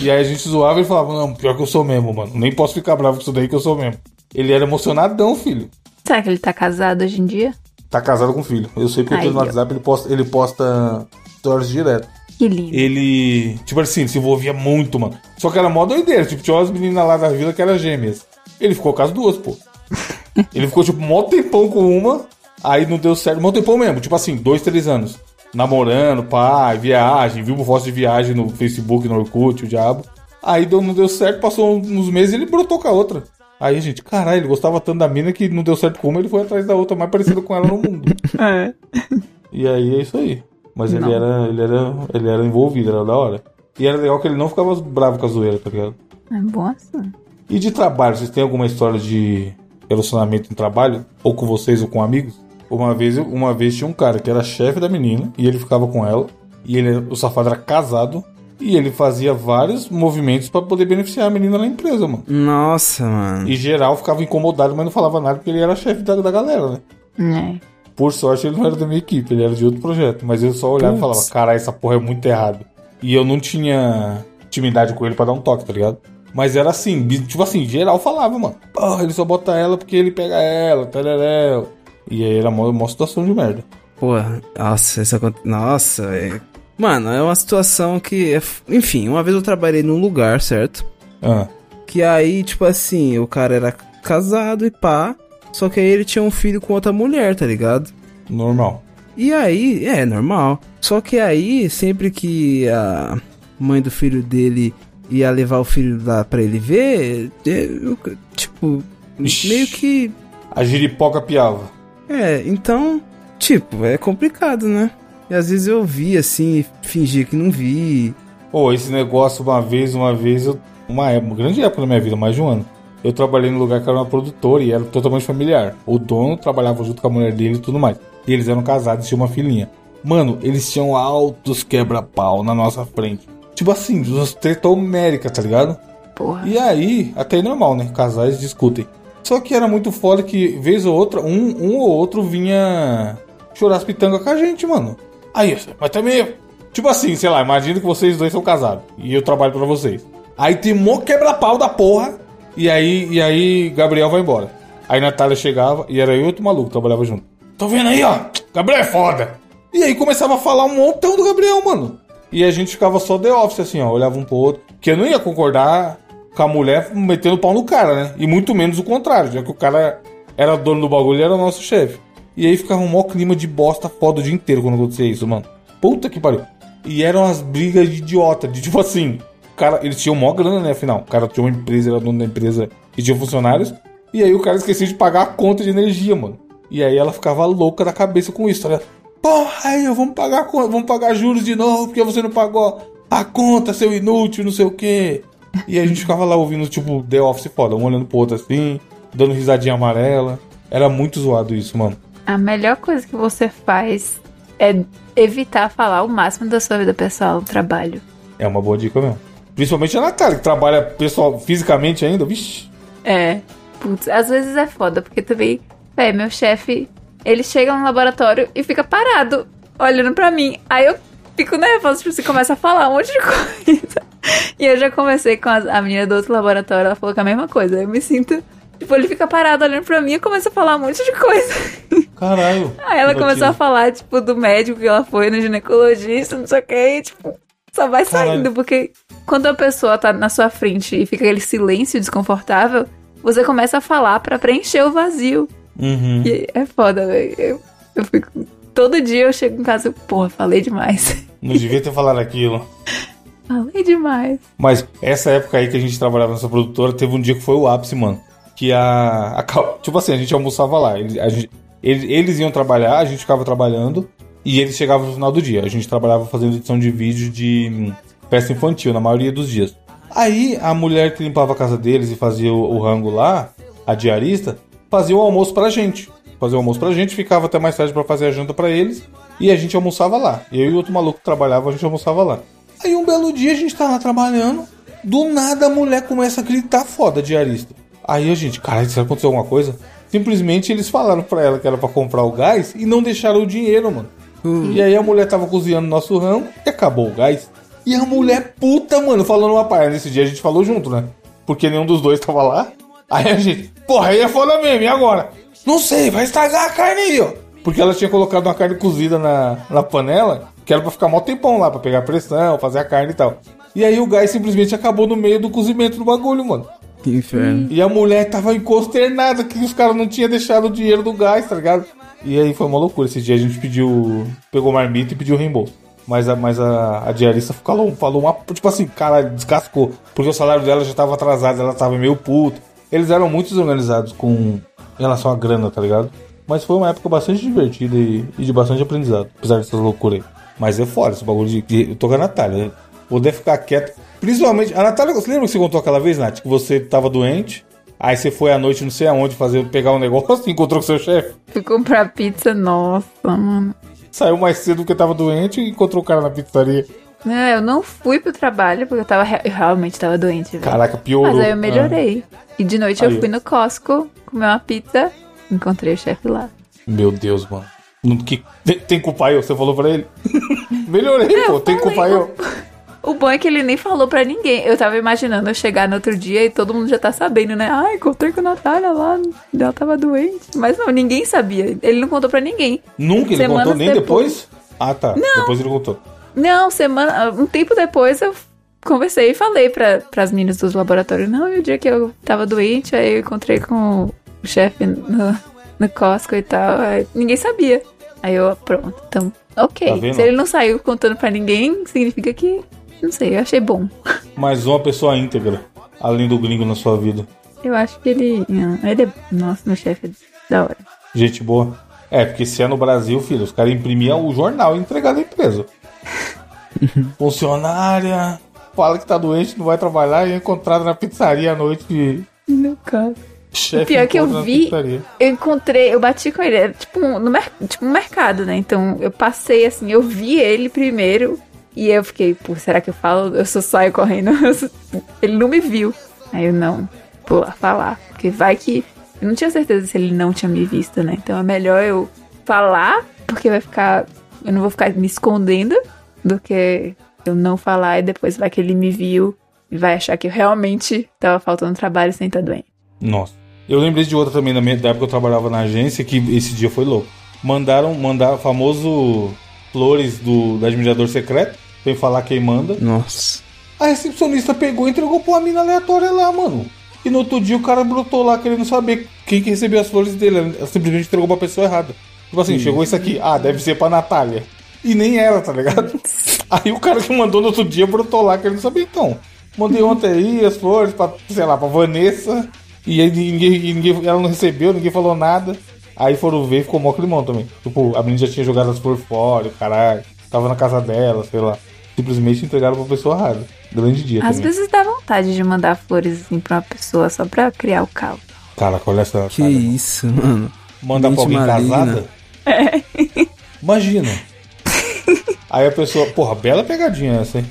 e aí a gente zoava e ele falava, não, pior que eu sou mesmo, mano. Nem posso ficar bravo com isso daí que eu sou mesmo. Ele era emocionadão, filho. Será que ele tá casado hoje em dia? Tá casado com o filho. Eu sei porque eu tô Aí, no ó. WhatsApp, ele posta, ele posta stories direto. Que lindo. Ele, tipo assim, se envolvia muito, mano. Só que era mó doideira. Tipo, tinha umas meninas lá da vila que eram gêmeas. Ele ficou com as duas, pô. Ele ficou, tipo, mó tempão com uma. Aí não deu certo. Mó tempão mesmo. Tipo assim, dois, três anos. Namorando, pai, viagem. Viu foto de viagem no Facebook, no Orkut, o diabo. Aí deu, não deu certo. Passou uns meses e ele brotou com a outra. Aí, gente, caralho, ele gostava tanto da mina que não deu certo com uma. Ele foi atrás da outra mais parecida com ela no mundo. É. E aí é isso aí. Mas ele era, ele era. Ele era envolvido, era da hora. E era legal que ele não ficava bravo com a zoeira, tá ligado? É bom assim. E de trabalho, vocês têm alguma história de relacionamento no trabalho? Ou com vocês ou com amigos? Uma vez, uma vez tinha um cara que era chefe da menina e ele ficava com ela. E ele, era- o safado era casado. E ele fazia vários movimentos pra poder beneficiar a menina na empresa, mano. Nossa, mano. E geral ficava incomodado, mas não falava nada porque ele era chefe da, da galera, né? É. Por sorte, ele não era da minha equipe, ele era de outro projeto. Mas eu só olhava e Putz. falava, caralho, essa porra é muito errado. E eu não tinha intimidade com ele pra dar um toque, tá ligado? Mas era assim, bi- tipo assim, geral falava, mano. Porra, ele só bota ela porque ele pega ela, tereréu. E aí era uma, uma situação de merda. Porra, nossa, isso aconte... Nossa, velho. Mano, é uma situação que. É... f- Enfim, uma vez eu trabalhei num lugar, certo? Ah, Que aí, tipo assim, o cara era casado e pá. Só que aí ele tinha um filho com outra mulher, tá ligado? normal. E aí, é normal. Só que aí, sempre que a mãe do filho dele ia levar o filho lá pra ele ver, é, eu- tipo, Ixi. meio que. A giripoca piava. É, então, tipo, é complicado, né? E às vezes eu vi assim, e fingia que não vi. Pô, esse negócio, uma vez, uma vez, eu- uma, época, uma grande época da minha vida, mais de um ano. Eu trabalhei num lugar que era uma produtora e era totalmente familiar. O dono trabalhava junto com a mulher dele e tudo mais. E eles eram casados, tinham uma filhinha. Mano, eles tinham altos quebra-pau na nossa frente. Tipo assim, umas treta homérica, tá ligado? Porra. E aí, até é normal, né? Casais discutem. Só que era muito foda que, vez ou outra, um, um ou outro vinha chorar as pitangas com a gente, mano. Aí, eu sei, mas também. Tipo assim, sei lá, imagina que vocês dois são casados e eu trabalho pra vocês. Aí tem mó quebra-pau da porra. E aí, e aí, Gabriel vai embora. Aí Natália chegava e era eu e outro maluco, que trabalhava junto. Tô vendo aí, ó. Gabriel é foda. E aí começava a falar um montão do Gabriel, mano. E a gente ficava só The Office, assim, ó. Olhava um pro outro. Porque eu não ia concordar com a mulher metendo pau no cara, né? E muito menos o contrário, já que o cara era dono do bagulho e era o nosso chefe. E aí ficava um maior clima de bosta foda o dia inteiro quando acontecia isso, mano. Puta que pariu. E eram as brigas de idiota, de tipo assim. o Cara, eles tinham mó grana, né? Afinal, o cara tinha uma empresa, era dono da empresa e tinha funcionários. E aí o cara esqueceu de pagar a conta de energia, mano. E aí ela ficava louca da cabeça com isso, tá ligado? Porra, aí, vamos pagar, a conta- vamos pagar juros de novo, porque você não pagou a conta, seu inútil, não sei o quê. E a gente ficava lá ouvindo, tipo, The Office foda, um olhando pro outro assim, dando risadinha amarela. Era muito zoado isso, mano. A melhor coisa que você faz é evitar falar o máximo da sua vida pessoal no trabalho. É uma boa dica mesmo. Principalmente a Natália, que trabalha pessoal fisicamente ainda, vixi. É. Putz, às vezes é foda, porque também, é, meu chefe, ele chega no laboratório e fica parado, olhando pra mim. Aí eu fico nervosa, tipo, você começa a falar um monte de coisa. E eu já conversei com as- a menina do outro laboratório, ela falou que é a mesma coisa. Eu me sinto, tipo, ele fica parado olhando pra mim e começa a falar um monte de coisa. Caralho. Aí Ah, ela Que começou notícia. a falar, tipo, do médico que ela foi, no ginecologista, não sei o que, e, tipo, só vai Caralho. saindo, porque quando a pessoa tá na sua frente e fica aquele silêncio desconfortável, você começa a falar pra preencher o vazio. Uhum. né? E é foda, velho. Eu, eu fico. Todo dia eu chego em casa e, porra, falei demais. Não devia ter falado aquilo. Falei demais. Mas essa época aí que a gente trabalhava nessa produtora, teve um dia que foi o ápice, mano. Que a. a Cal- tipo assim, a gente almoçava lá. Eles, a gente- eles- eles iam trabalhar, a gente ficava trabalhando. E eles chegavam no final do dia. A gente trabalhava fazendo edição de vídeo de hum, peça infantil, na maioria dos dias. Aí a mulher que limpava a casa deles e fazia o, o rango lá, a diarista, fazia o almoço pra gente. Fazia o almoço pra gente, ficava até mais tarde pra fazer a janta pra eles. E a gente almoçava lá. Eu e outro maluco que trabalhava, a gente almoçava lá. Aí um belo dia a gente tá lá trabalhando. Do nada a mulher começa a gritar foda, diarista. Aí a gente, caralho, será que aconteceu alguma coisa? Simplesmente eles falaram pra ela que era pra comprar o gás e não deixaram o dinheiro, mano. E aí a mulher tava cozinhando nosso ramo e acabou o gás. E a mulher puta, mano, falando uma parada. Nesse dia a gente falou junto, né? Porque nenhum dos dois tava lá. Aí a gente, porra, aí é foda mesmo, e agora? Não sei, vai estragar a carne aí, ó. Porque ela tinha colocado uma carne cozida na, na panela, que era pra ficar mó tempão lá, pra pegar pressão, fazer a carne e tal. E aí o gás simplesmente acabou no meio do cozimento do bagulho, mano. Que inferno. E a mulher tava consternada que os caras não tinham deixado o dinheiro do gás, tá ligado? E aí foi uma loucura. Esse dia a gente pediu. Pegou marmita e pediu reembolso. Mas a, mas a, a diarista falou, falou uma. Tipo assim, cara, descascou. Porque o salário dela já tava atrasado, ela tava meio puta. Eles eram muito desorganizados com em relação à grana, tá ligado? Mas foi uma época bastante divertida e, e de bastante aprendizado, apesar dessas loucuras aí. Mas é fora esse bagulho de. de- eu tô com a Natália, né? Poder ficar quieto. Principalmente. A Natália, você lembra que você contou aquela vez, Nath, que você tava doente? Aí você foi à noite, não sei aonde, fazer, pegar um negócio e encontrou com seu chefe. Fui comprar pizza, nossa, mano. Saiu mais cedo porque tava doente e encontrou o cara na pizzaria. Não, É, eu não fui pro trabalho porque eu, tava, re- eu realmente tava doente, velho. Caraca, piorou. Mas aí eu melhorei. E de noite Ah. Aí, eu ó. fui no Costco comer uma pizza, encontrei o chefe lá. Ah, meu Deus, mano. Não, que, tem, tem culpa eu, você falou pra ele? melhorei, pô, tem falei, culpa eu. O bom é que ele nem falou pra ninguém. Eu tava imaginando eu chegar no outro dia e todo mundo já tá sabendo, né? Ah, encontrei com a Natália lá, ela tava doente. Mas não, ninguém sabia. Ele não contou pra ninguém. Nunca ele Semanas contou, nem depois? Ah, tá. Não. Depois ele contou. Não, semana. Um tempo depois eu conversei e falei pra, pras meninas dos laboratórios. Não, e o dia que eu tava doente, aí eu encontrei com o chefe no, no Costco e tal. aí ninguém sabia. Aí eu, ah, pronto, então, Tá ok. vendo? Se ele não saiu contando pra ninguém, significa que. Não sei, eu achei bom. Mais uma pessoa íntegra, além do gringo na sua vida. Eu acho que ele. não, ele é- Nossa, meu chefe é da hora. Gente boa. É, porque se é no Brasil, filho, os caras imprimiam o jornal e entregavam a empresa. Funcionária, fala que tá doente, não vai trabalhar e é encontrada na pizzaria à noite de No Costco. chefe. Pior é que eu encontra na vi- pizzaria. Eu encontrei, eu bati com ele, é tipo um, no mer- tipo um mercado, né? Então eu passei assim, eu vi ele primeiro e eu fiquei, pô, será que eu falo? Eu só saio correndo. ele não me viu. Aí eu não, vou lá falar, porque vai que. Eu não tinha certeza se ele não tinha me visto, né? Então é melhor eu falar, porque vai ficar. Eu não vou ficar me escondendo do que eu não falar e depois vai que ele me viu e vai achar que eu realmente tava faltando trabalho sem estar doente. Nossa. Eu lembrei de outra também da, minha, da época que eu trabalhava na agência, que esse dia foi louco. Mandaram, mandaram o famoso flores do, do admirador secreto, sem falar quem manda. Nossa. A recepcionista pegou e entregou pra uma mina aleatória lá, mano. E no outro dia o cara brotou lá querendo saber quem que recebeu as flores dele. Ela simplesmente entregou pra pessoa errada. Tipo assim, chegou isso aqui. Ah, deve ser pra Natália. E nem era, tá ligado? Aí o cara que mandou no outro dia brotou lá querendo saber, então. Mandei ontem aí as flores pra, sei lá, pra Vanessa. E aí ninguém, e ninguém- ela não recebeu, ninguém falou nada. Aí foram ver e ficou mó climão também. Tipo, a menina já tinha jogado as flores fora, o caralho. Tava na casa dela, sei lá. Simplesmente entregaram pra pessoa errada. Grande dia Às também. vezes dá vontade de mandar flores assim pra uma pessoa só pra criar o caos. Cara, olha essa. Que cara. isso, mano. Mandar pra Gente alguém maligna. casada? É. Imagina. Aí a pessoa, porra, bela pegadinha essa, hein?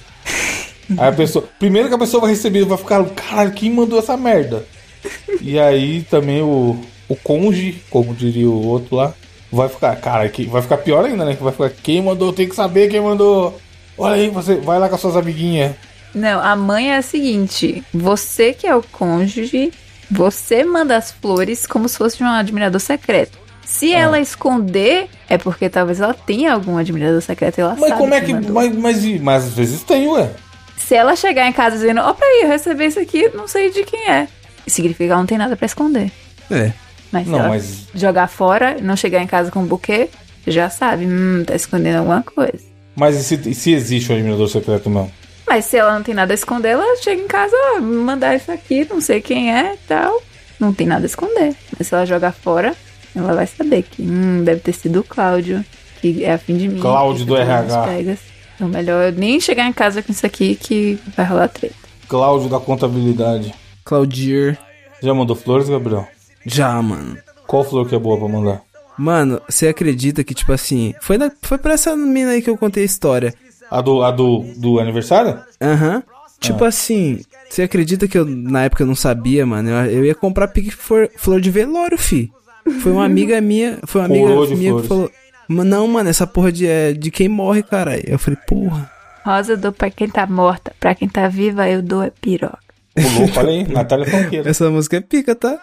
Aí a pessoa, primeiro que a pessoa vai receber, vai ficar, caralho, quem mandou essa merda? E aí também o, o conge, como diria o outro lá, vai ficar, cara, que, vai ficar pior ainda, né? Que vai ficar, quem mandou, tem que saber quem mandou. Olha aí, você vai lá com as suas amiguinhas. Não, a mãe é a seguinte: você que é o cônjuge, você manda as flores como se fosse de um admirador secreto. Se Ah. ela esconder, é porque talvez ela tenha algum admirador secreto e ela Mas sabe como é quem que. mandou. Mas, mas, e- mas às vezes tem, ué. Se ela chegar em casa dizendo, ó, peraí, eu recebi isso aqui, não sei de quem é. Significa que ela não tem nada pra esconder. É. Mas Não, se ela mas- jogar fora, não chegar em casa com um buquê, já sabe, hum, tá escondendo alguma coisa. Mas e se, e se existe um admirador secreto mesmo? Mas se ela não tem nada a esconder, ela chega em casa, ó, me mandar isso aqui, não sei quem é e tal. Não tem nada a esconder. Mas se ela jogar fora, ela vai saber que hum, deve ter sido o Cláudio, que é afim de mim. Cláudio que do tá dando RH. umas pegas. Então melhor eu nem chegar em casa com isso aqui que vai rolar treta. Cláudio da contabilidade. Claudir. Já mandou flores, Gabriel? Já, mano. Qual flor que é boa pra mandar? Mano, você acredita que, tipo assim, foi, na, foi pra essa mina aí que eu contei a história. A do, a do, do aniversário? Aham. Tipo assim, você acredita que eu, na época, eu não sabia, mano? Eu, eu ia comprar pique flor, flor de velório, fi. Foi uma amiga minha, foi uma amiga Coroa de minha flores. que falou... "Ma- Não, mano, essa porra de, é de quem morre, caralho. Eu falei, porra. Rosa eu dou pra quem tá morta, pra quem tá viva eu dou é piroca. Pulou, falei, Natália Fonqueira. Essa música é pica, tá?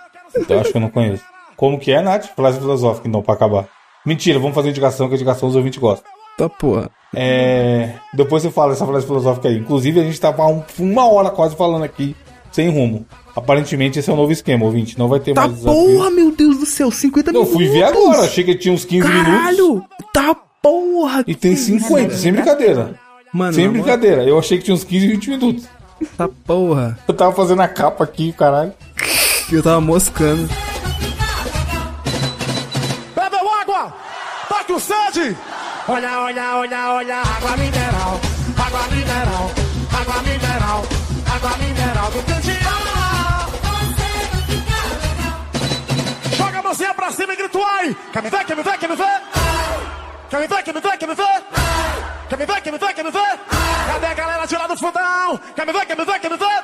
Eu acho que eu não conheço. Como que é, Nath? Frase filosófica, então, pra acabar. Mentira, vamos fazer indicação, que a indicação os ouvintes gostam. Tá porra. É, depois você fala essa frase filosófica aí. Inclusive, a gente tava um- uma hora quase falando aqui, sem rumo. Aparentemente, esse é o novo esquema, ouvinte. Não vai ter Tá mais desafio. porra, meu Deus do céu, 50 Eu minutos. fui ver agora, achei que tinha uns 15 minutos. Caralho, tá porra. E tem 50, sem brincadeira. Mano, sem na moral, brincadeira. Eu achei que tinha uns 15, 20 minutos. tá porra. Eu tava fazendo a capa aqui, caralho. E eu tava moscando. Bebeu água! Tá com sede? Olha, olha, olha, olha, água mineral, água mineral, água mineral, água mineral do Candial. Joga a mãozinha pra cima e grita ai! Quer me ver, quer me ver, quer me ver? Quer me ver, quer me ver, quer me ver? Quer me ver, quer me ver, quer me ver? Cadê a galera de lá do fundão? Quer me ver, quer me ver, quer me ver?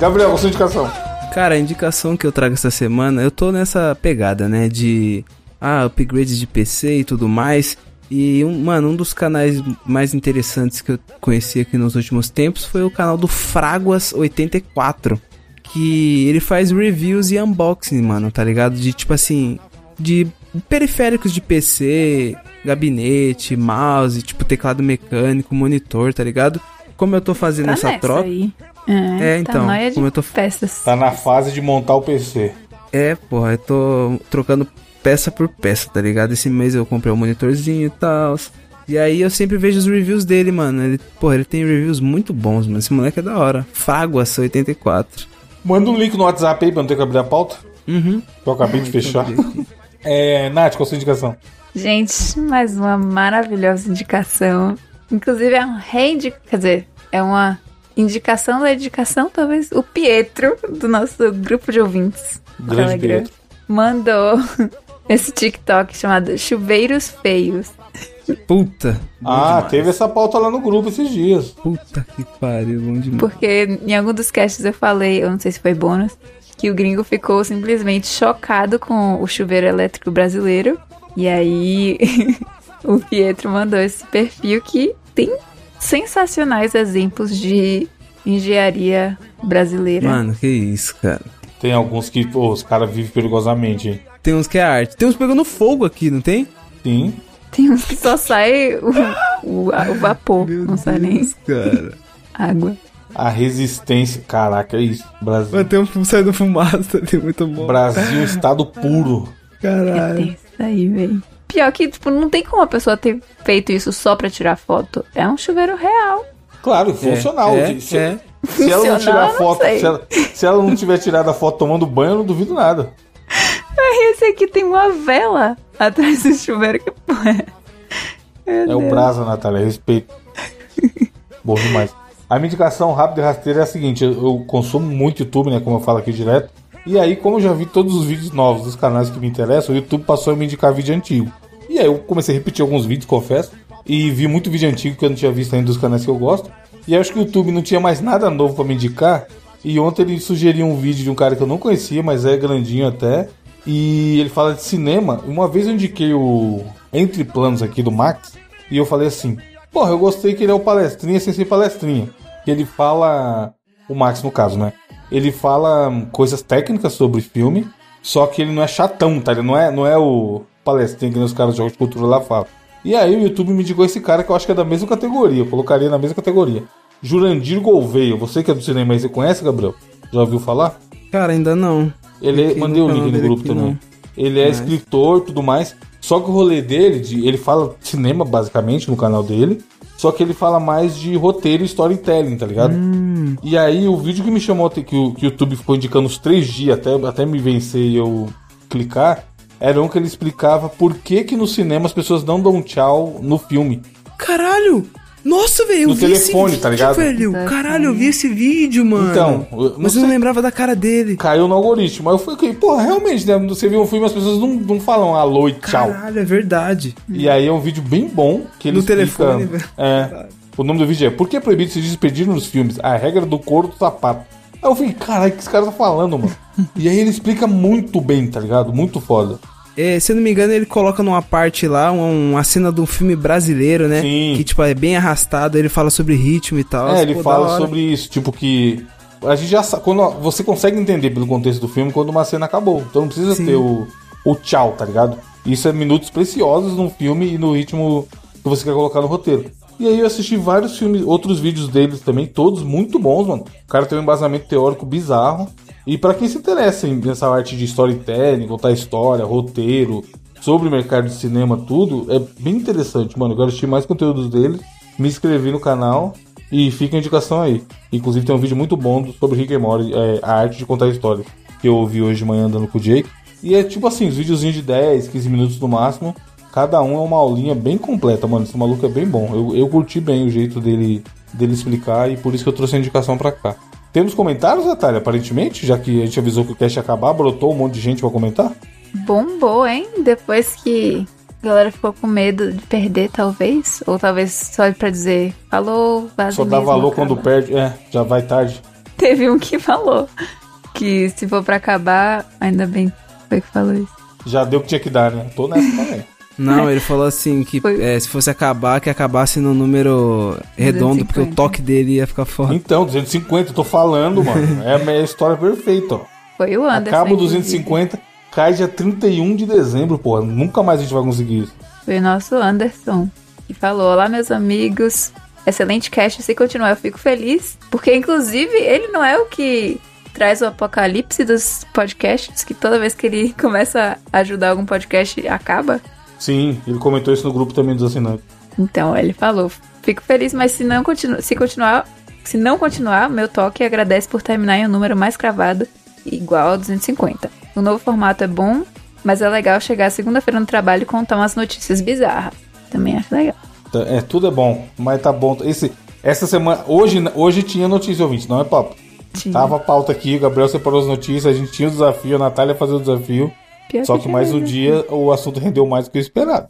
Gabriel, sua indicação. Cara, a indicação que eu trago essa semana, eu tô nessa pegada, né? De ah, upgrade de PC e tudo mais. E, um, mano, um dos canais mais interessantes que eu conheci aqui nos últimos tempos foi o canal do Fraguas84. Que ele faz reviews e unboxing, mano, tá ligado? De tipo assim. De periféricos de PC, gabinete, mouse, tipo teclado mecânico, monitor, tá ligado? Como eu tô fazendo Tá essa nessa troca. aí. É, É, tá então, nóia de como eu tô- peças. Tá na fase de montar o PC. É, porra, eu tô trocando peça por peça, tá ligado? Esse mês eu comprei um monitorzinho e tal. E aí eu sempre vejo os reviews dele, mano. Ele, porra, ele tem reviews muito bons, mano. Esse moleque é da hora. Fraguas 84. Manda um link no WhatsApp aí pra não ter que abrir a pauta. Uhum. que Eu acabei de fechar. É, Nath, qual a sua indicação? Gente, mais uma maravilhosa indicação. Inclusive é um reindi... Quer dizer, é uma indicação da indicação, talvez. O Pietro, do nosso grupo de ouvintes. do Grande Pietro. Mandou esse TikTok chamado Chuveiros Feios. Puta. bom Ah, demais. teve essa pauta lá no grupo esses dias. Puta que pariu, bom demais. Porque em algum dos casts eu falei, eu não sei se foi bônus, que o gringo ficou simplesmente chocado com o chuveiro elétrico brasileiro. E aí o Pietro mandou esse perfil que tem sensacionais exemplos de engenharia brasileira. Mano, que isso, cara. Tem alguns que, pô, os caras vivem perigosamente, hein? Tem uns que é arte. Tem uns pegando fogo aqui, não tem? Sim. Tem uns que só sai o, o- a- o vapor, não sai nem Cara. água. A resistência. Caraca, é isso. Brasil. Mano, tem um saindo fumaça ali, muito bom. Brasil, estado puro. É Caralho. tenso aí, velho. Pior que, tipo, não tem como a pessoa ter feito isso só pra tirar foto. É um chuveiro real. Claro, funcional. É, se, é. se ela não Funcional, tirar eu não foto, sei. se ela, se ela não tiver tirado a foto tomando banho, eu não duvido nada. Esse aqui tem uma vela atrás do chuveiro. Que porra é? É o Brasa, Natália, respeito. Bom demais. A minha indicação rápida e rasteira é a seguinte: eu, eu consumo muito YouTube, né? Como eu falo aqui direto. E aí, como eu já vi todos os vídeos novos dos canais que me interessam, o YouTube passou a me indicar vídeo antigo. E aí eu comecei a repetir alguns vídeos, confesso. E vi muito vídeo antigo que eu não tinha visto ainda dos canais que eu gosto. E acho que o YouTube não tinha mais nada novo pra me indicar. E ontem ele sugeriu um vídeo de um cara que eu não conhecia, mas é grandinho até. E ele fala de cinema. Uma vez eu indiquei o Entre Planos aqui do Max. E eu falei assim: Porra, eu gostei que ele é o palestrinha sem ser palestrinha. Que ele fala. O Max, no caso, né? Ele fala hum, coisas técnicas sobre filme. Só que ele não é chatão, tá? Ele não é, não é o palestrinha que nem os caras de jogos de cultura lá falam. E aí o YouTube me indicou esse cara que eu acho que é da mesma categoria. Eu colocaria na mesma categoria. Jurandir Gouveia. Você que é do cinema aí, você conhece, Gabriel? Já ouviu falar? Cara, ainda não. Ele é, Aqui mandei o no canal link no dele grupo aqui, né? também. não. Ele é escritor tudo mais. Só que o rolê dele, de- ele fala cinema basicamente no canal dele, só que ele fala mais de roteiro e storytelling, tá ligado? Hum. E aí o vídeo que me chamou, que o, que o YouTube ficou indicando uns três dias até, até me vencer e eu clicar, era um que ele explicava por que que no cinema as pessoas não dão tchau no filme. Caralho! Nossa, velho, eu No vi telefone, esse tá vídeo, ligado? velho. Caralho, eu vi esse vídeo, mano. Então, eu não mas eu não sei. lembrava da cara dele. Caiu no algoritmo. Aí eu falei, porra, realmente, né? Você viu um filme as pessoas não, não falam alô e tchau. Caralho, é verdade. E aí é um vídeo bem bom que ele No explica- telefone, né? velho. É. O nome do vídeo é Por que é proibido se despedir nos filmes? A regra do couro do sapato. Aí eu falei, caralho, o que esse cara tá falando, mano? e aí ele explica muito bem, tá ligado? Muito foda. É, se eu não me engano, ele coloca numa parte lá uma, uma cena de um filme brasileiro, né? Sim. Que, tipo, é bem arrastado, ele fala sobre ritmo e tal. é, ele Pô, da fala hora. sobre isso, tipo que. A gente já sa- quando Você consegue entender pelo contexto do filme quando uma cena acabou. Então não precisa Sim. ter o, o tchau, tá ligado? Isso é minutos preciosos num filme e no ritmo que você quer colocar no roteiro. E aí eu assisti vários filmes, outros vídeos deles também, todos muito bons, mano. O cara tem um embasamento teórico bizarro. E pra quem se interessa em nessa arte de storytelling, contar história, roteiro, sobre o mercado de cinema, tudo, é bem interessante, mano. Eu quero assistir mais conteúdos dele, me inscrevi no canal e fica a indicação aí. Inclusive tem um vídeo muito bom do- sobre Rick and Morty, é, a arte de contar história, que eu ouvi hoje de manhã andando com o Jake. E é tipo assim, os videozinhos de 10, 15 minutos no máximo, cada um é uma aulinha bem completa, mano. Esse maluco é bem bom. Eu, eu curti bem o jeito dele, dele explicar e por isso que eu trouxe a indicação pra cá. Temos comentários, Natália, aparentemente, já que a gente avisou que o cast ia acabar, brotou um monte de gente pra comentar? Bombou, hein? Depois que a galera ficou com medo de perder, talvez. Ou talvez só pra dizer, falou, vaza Só dá mesmo, valor acaba. quando perde. É, já vai tarde. Teve um que falou que se for pra acabar, ainda bem que foi que falou isso. Já deu o que tinha que dar, né? Tô nessa também. Não, ele falou assim que Foi. é, se fosse acabar, que acabasse no número redondo, porque o 250. toque dele ia ficar foda. Então, 250, tô falando, mano. É a minha história perfeita, ó. Foi o Anderson. Acaba o inclusive. 250, cai dia 31 de dezembro, porra. Nunca mais a gente vai conseguir isso. Foi o nosso Anderson que falou: Olá, meus amigos. Excelente cast. Se continuar, eu fico feliz. Porque, inclusive, ele não é o que traz o apocalipse dos podcasts, que toda vez que ele começa a ajudar algum podcast, acaba. Sim, ele comentou isso no grupo também dos assinantes. Então, ele falou: Fico feliz, mas se não, continu se continuar, se não continuar, meu toque agradece por terminar em um número mais cravado, igual ao 250. O novo formato é bom, mas é legal chegar segunda-feira no trabalho e contar umas notícias bizarras. Também acho legal. Tá- É, tudo é bom, mas tá bom. Esse, essa semana, hoje, hoje tinha notícia, ouvinte, não é papo. Tinha. Tava a pauta aqui, o Gabriel separou as notícias, a gente tinha o desafio, a Natália fazia o desafio. Pior né? Só que tinha mais um mesmo. dia o assunto rendeu mais do que o esperado.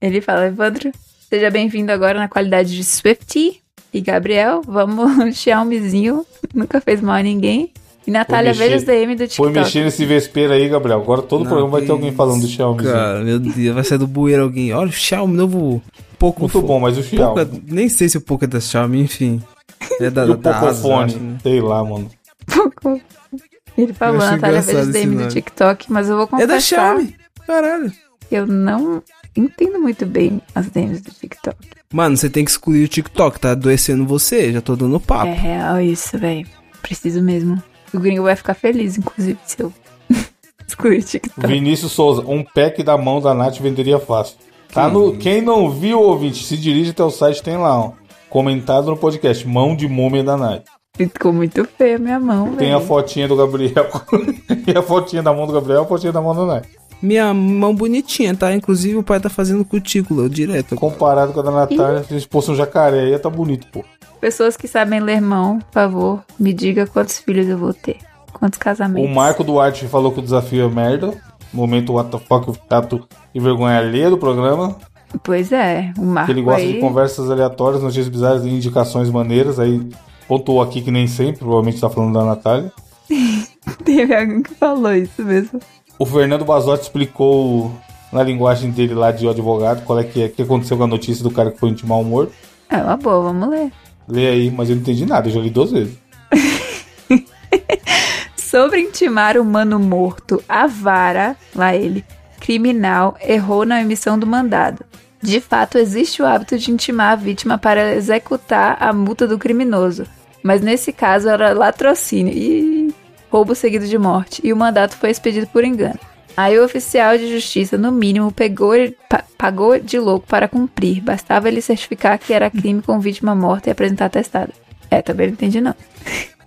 Ele fala, Evandro, seja bem-vindo agora na qualidade de Swifty. E Gabriel, vamos chiar um mizinho. Nunca fez mal a ninguém. E Natália, mexer- veja os DM do Foi TikTok. mexer nesse vespeiro aí, Gabriel. Agora todo Não, programa vai que ter alguém falando do isso, Xiaomi. Cara, meu Deus, vai sair do bueiro alguém. Olha o Xiaomi, novo pouco. Muito bom, mas o Xiaomi. Pouca, nem sei se o Poco é da Xiaomi, enfim. É da, E o da Asus, Pocofone. acho, né? Sei lá, mano. Pouco. Ele falou, Eu achei Natália, veja os engraçado esse DM do nome. TikTok, mas eu vou É confessar da Xiaomi. Caralho. que eu não entendo muito bem as DMs do TikTok. Mano, você tem que excluir o TikTok, tá adoecendo você, já tô dando papo. É real isso, velho. Preciso mesmo. O gringo vai ficar feliz, inclusive, se eu excluir o TikTok. Vinícius Souza, um pack da mão da Nath venderia fácil. Tá no... Quem não viu, ouvinte, se dirige até o site, tem lá, ó. Comentado no podcast, mão de múmia da Nath. Ficou muito feia a minha mão, Tem a velho. fotinha do Gabriel. e a fotinha da mão do Gabriel, a fotinha da mão da Nath. Minha mão bonitinha, tá? Inclusive o pai tá fazendo cutícula direto. Comparado com a da Natália, se a gente fosse um jacaré, ia tá bonito, pô. Pessoas que sabem ler mão, por favor, me diga quantos filhos eu vou ter. Quantos O casamentos. Marco Duarte falou que o desafio é merda. Momento what the fuck, tato e vergonha alheia do programa. Pois é, o Marco Ele gosta aí... de conversas aleatórias, notícias bizarras e indicações maneiras. Aí pontuou aqui que nem sempre, provavelmente tá falando da Natália. Teve alguém que falou isso mesmo. O Fernando Basotti explicou na linguagem dele lá de advogado qual é que é o que aconteceu com a notícia do cara que foi intimar o morto. É uma boa, vamos ler. Lê aí, mas eu não entendi nada, eu já li duas vezes. Sobre intimar o mano morto, a vara, lá ele, criminal, errou na emissão do mandado. De fato, existe o hábito de intimar a vítima para executar a multa do criminoso. Mas nesse caso era latrocínio e roubo seguido de morte, e o mandato foi expedido por engano. Aí o oficial de justiça, no mínimo, pegou, pa- pagou de louco para cumprir. Bastava ele certificar que era crime com vítima morta e apresentar atestado. É, também não entendi não.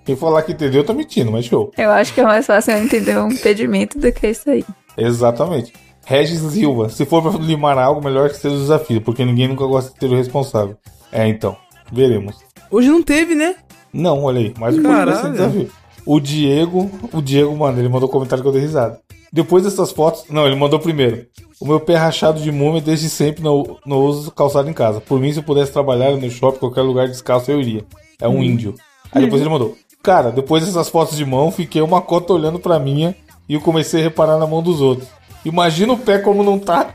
Quem falar que entendeu tá mentindo, mas show. Eu acho que é mais fácil eu entender um impedimento do que isso aí. Exatamente. Regis Silva, se for pra limar algo, melhor que seja o desafio, porque ninguém nunca gosta de ser o responsável. É, então. Veremos. Hoje não teve, né? Não, olha aí, mais um Caralho. podcast sem desafio. O Diego, o Diego, mano, ele mandou comentário que eu dei risada. Depois dessas fotos, não, ele mandou primeiro. O meu pé rachado de múmia desde sempre não, não uso calçado em casa. Por mim, se eu pudesse trabalhar no shopping, qualquer lugar descalço, eu iria. É um índio. Aí depois ele mandou. Cara, depois dessas fotos de mão, fiquei uma cota olhando pra minha e eu comecei a reparar na mão dos outros. Imagina o pé como não tá.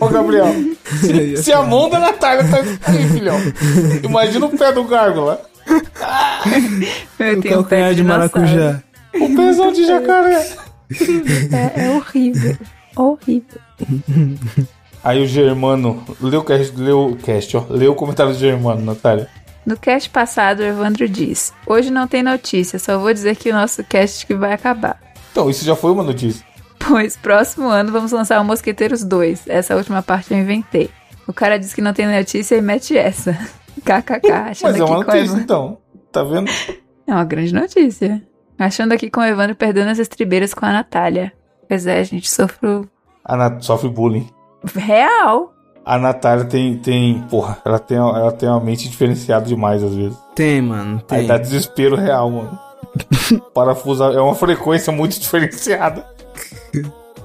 Ô, Gabriel, se, se a mão da Natália tá aí, filhão. Imagina o pé do Gárgula. Eu O tenho um pé calcanhar de dinossauro. maracujá. O pezão de jacaré. É, é horrível. Horrível. Aí o Germano leu o cast, leu o cast, ó. Leu o comentário do Germano, Natália. No cast passado, o Evandro diz: Hoje não tem notícia, só vou dizer que o nosso cast que vai acabar. Então, isso já foi uma notícia. Pois próximo ano vamos lançar o Mosqueteiros 2. Essa última parte eu inventei. O cara diz que não tem notícia e mete essa. KKK, Mas achando é aqui uma com o notícia, Evandro. então. Tá vendo? É uma grande notícia. Achando aqui com o Evandro perdendo as estribeiras com a Natália. Pois é, gente, sofro A Nat sofre bullying. real. A Natália tem, tem. Porra, ela tem, ela tem uma mente diferenciada demais, às vezes. Tem, mano. Aí Tem. dá desespero real, mano. Parafusa é uma frequência muito diferenciada.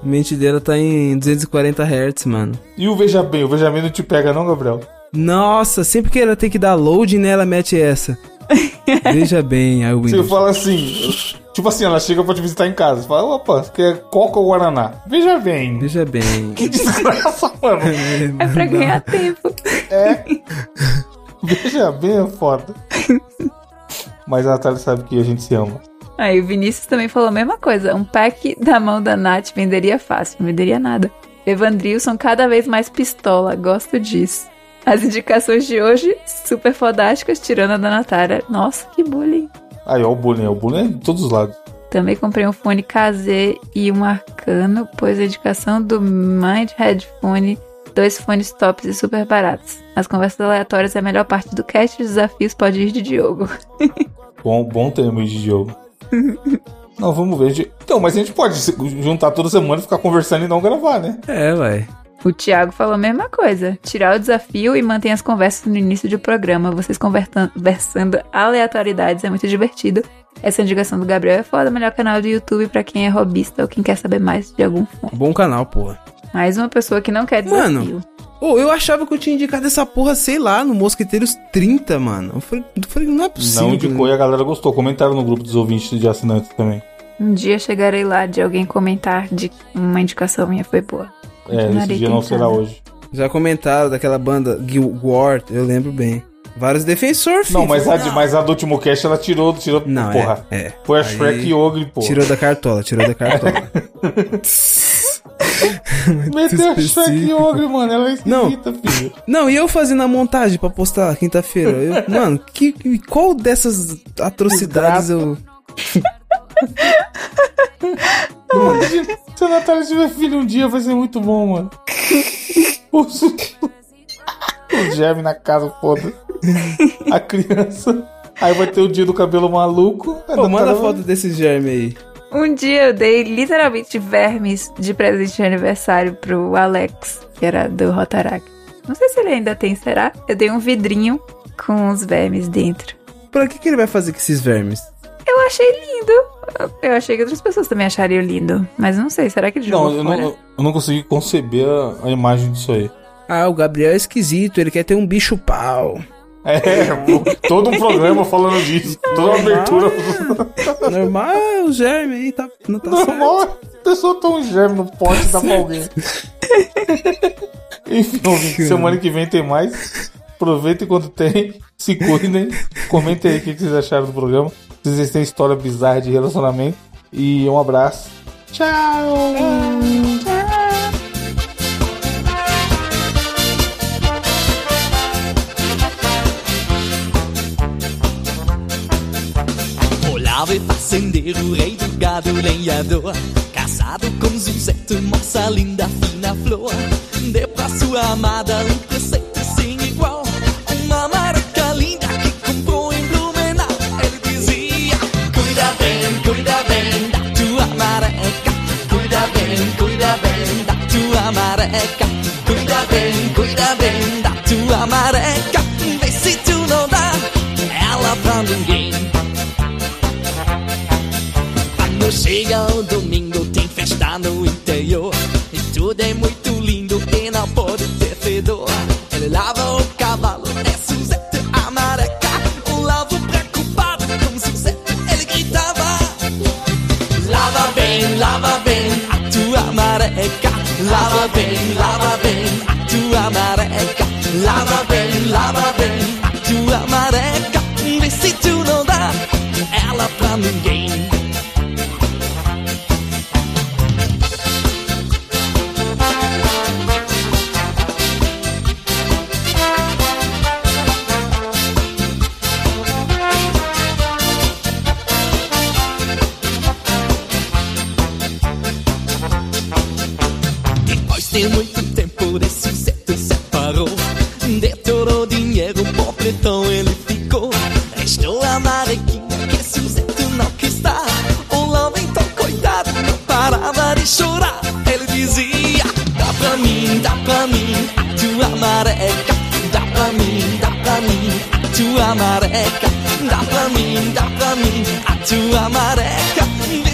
A mente dela tá em 240 Hz, mano. E o Veja Bem, o Veja Bem não te pega, não, Gabriel? Nossa, sempre que ela tem que dar load, né? Ela mete essa. Veja bem, aí o Você Windows. fala assim. Tipo assim, ela chega pra te visitar em casa. Você Fala, opa, você quer coca ou guaraná? Veja bem. Veja bem. Que desgraça, mano. É pra ganhar tempo. Veja bem, é foda. Mas a Natália sabe que a gente se ama. Aí o Vinícius também falou a mesma coisa. Um pack da mão da Nath venderia fácil, não venderia nada. Evandrilson cada vez mais pistola, gosto disso. As indicações de hoje, super fodásticas, tirando a da Natália. Nossa, que bullying. Aí, ó, o bullying, ó, o bullying é de todos os lados. Também comprei um fone KZ e um arcano, pois a indicação do Mind Headphone, dois fones tops e super baratos. As conversas aleatórias é a melhor parte do cast de desafios, pode ir de Diogo. Bom, bom termo aí de jogo. Não, vamos ver. gente. Então, mas a gente pode se juntar toda semana e ficar conversando e não gravar, né? É, vai. O Thiago falou a mesma coisa. Tirar o desafio e manter as conversas no início do programa. Vocês convertan- conversando aleatoriedades é muito divertido. Essa indicação do Gabriel é foda, melhor canal do YouTube pra quem é hobbyista ou quem quer saber mais de algum fone. Bom canal, porra. Mais uma pessoa que não quer desafio. Mano. Ô, eu achava que eu tinha indicado essa porra, sei lá, no Mosqueteiros 30, mano. Eu falei, eu falei, não é possível. não indicou e a galera gostou. Comentaram no grupo dos ouvintes de assinantes também. Um dia chegarei lá de alguém comentar de que uma indicação minha foi boa. É, esse dia não será tentando. hoje. Já comentaram daquela banda Guard, eu lembro bem. Vários defensores, Não, mas a, de- mas a do último cast ela tirou, tirou. Não, porra. é, é. Foi a Aí- Shrek e Ogre, porra. Tirou da cartola, tirou da cartola. Meteu a Shrek e específico. Ogre, mano. Ela é Não. esquisita, filho. Não, e eu fazendo a montagem pra postar quinta-feira? Eu- Mano, que, que- qual dessas atrocidades eu. Imagina, se a Natália tiver filho um dia, vai ser muito bom, mano. O, su- o germe na casa, foda. A criança. Aí vai ter o dia do cabelo maluco. É a Pô, manda Natália a vai- foto desse germe aí. Um dia eu dei literalmente vermes de presente de aniversário pro Alex, que era do Rotaract. Não sei se ele ainda tem, será? Eu dei um vidrinho com os vermes dentro. Pra que, que ele vai fazer com esses vermes? Eu achei lindo. Eu achei que outras pessoas também achariam lindo. Mas não sei, será que ele Não, jogou eu fora? não, eu não consegui conceber a, a imagem disso aí. Ah, o Gabriel é esquisito, ele quer ter um bicho pau. É, pô, todo um programa falando disso. Toda uma Ah, abertura. Normal, é o germe aí tá, não tá certo. Normal, a pessoa tão germe no pote e dá pra alguém. Enfim, ouvinte, semana que vem tem mais. Aproveita enquanto tem, se cuidem. Comentem aí o que que vocês acharam do programa. Se vocês têm história bizarra de relacionamento. E um abraço. Tchau. Olavo e fazendeiro, rei do gado, lenhador, caçador. Casado com Suzette, moça linda, fina flor. Deu pra sua amada um presente sem igual. Uma marca linda que comprou em Blumenau. Ele dizia: Cuida bem, cuida bem da tua mareca. Cuida bem, cuida bem da tua mareca. Cuida bem, cuida bem da tua mareca. Vê se tu não dá ela pra ninguém. Quando chega o domingo, tem festa no interior. E tudo é muito lindo e não pode ter fedor. Ele lava o cavalo, é Suzette a mareca. Um lavo preocupado com Suzette, ele gritava. Lava bem, lava bem a tua mareca. Lava bem, lava bem a tua mareca. Lava bem, lava bem a tua mareca. Vê se tu não dá ela pra ninguém. Depois de muito tempo desse inseto separou Detorou dinheiro, pobre então ele ficou Restou a marequinha que esse inseto não quis dar O lama então coitado não parava de chorar Ele dizia Dá pra mim, dá pra mim a tua mareca Dá pra mim, dá pra mim a tua mareca Dá pra mim, dá pra mim a tua mareca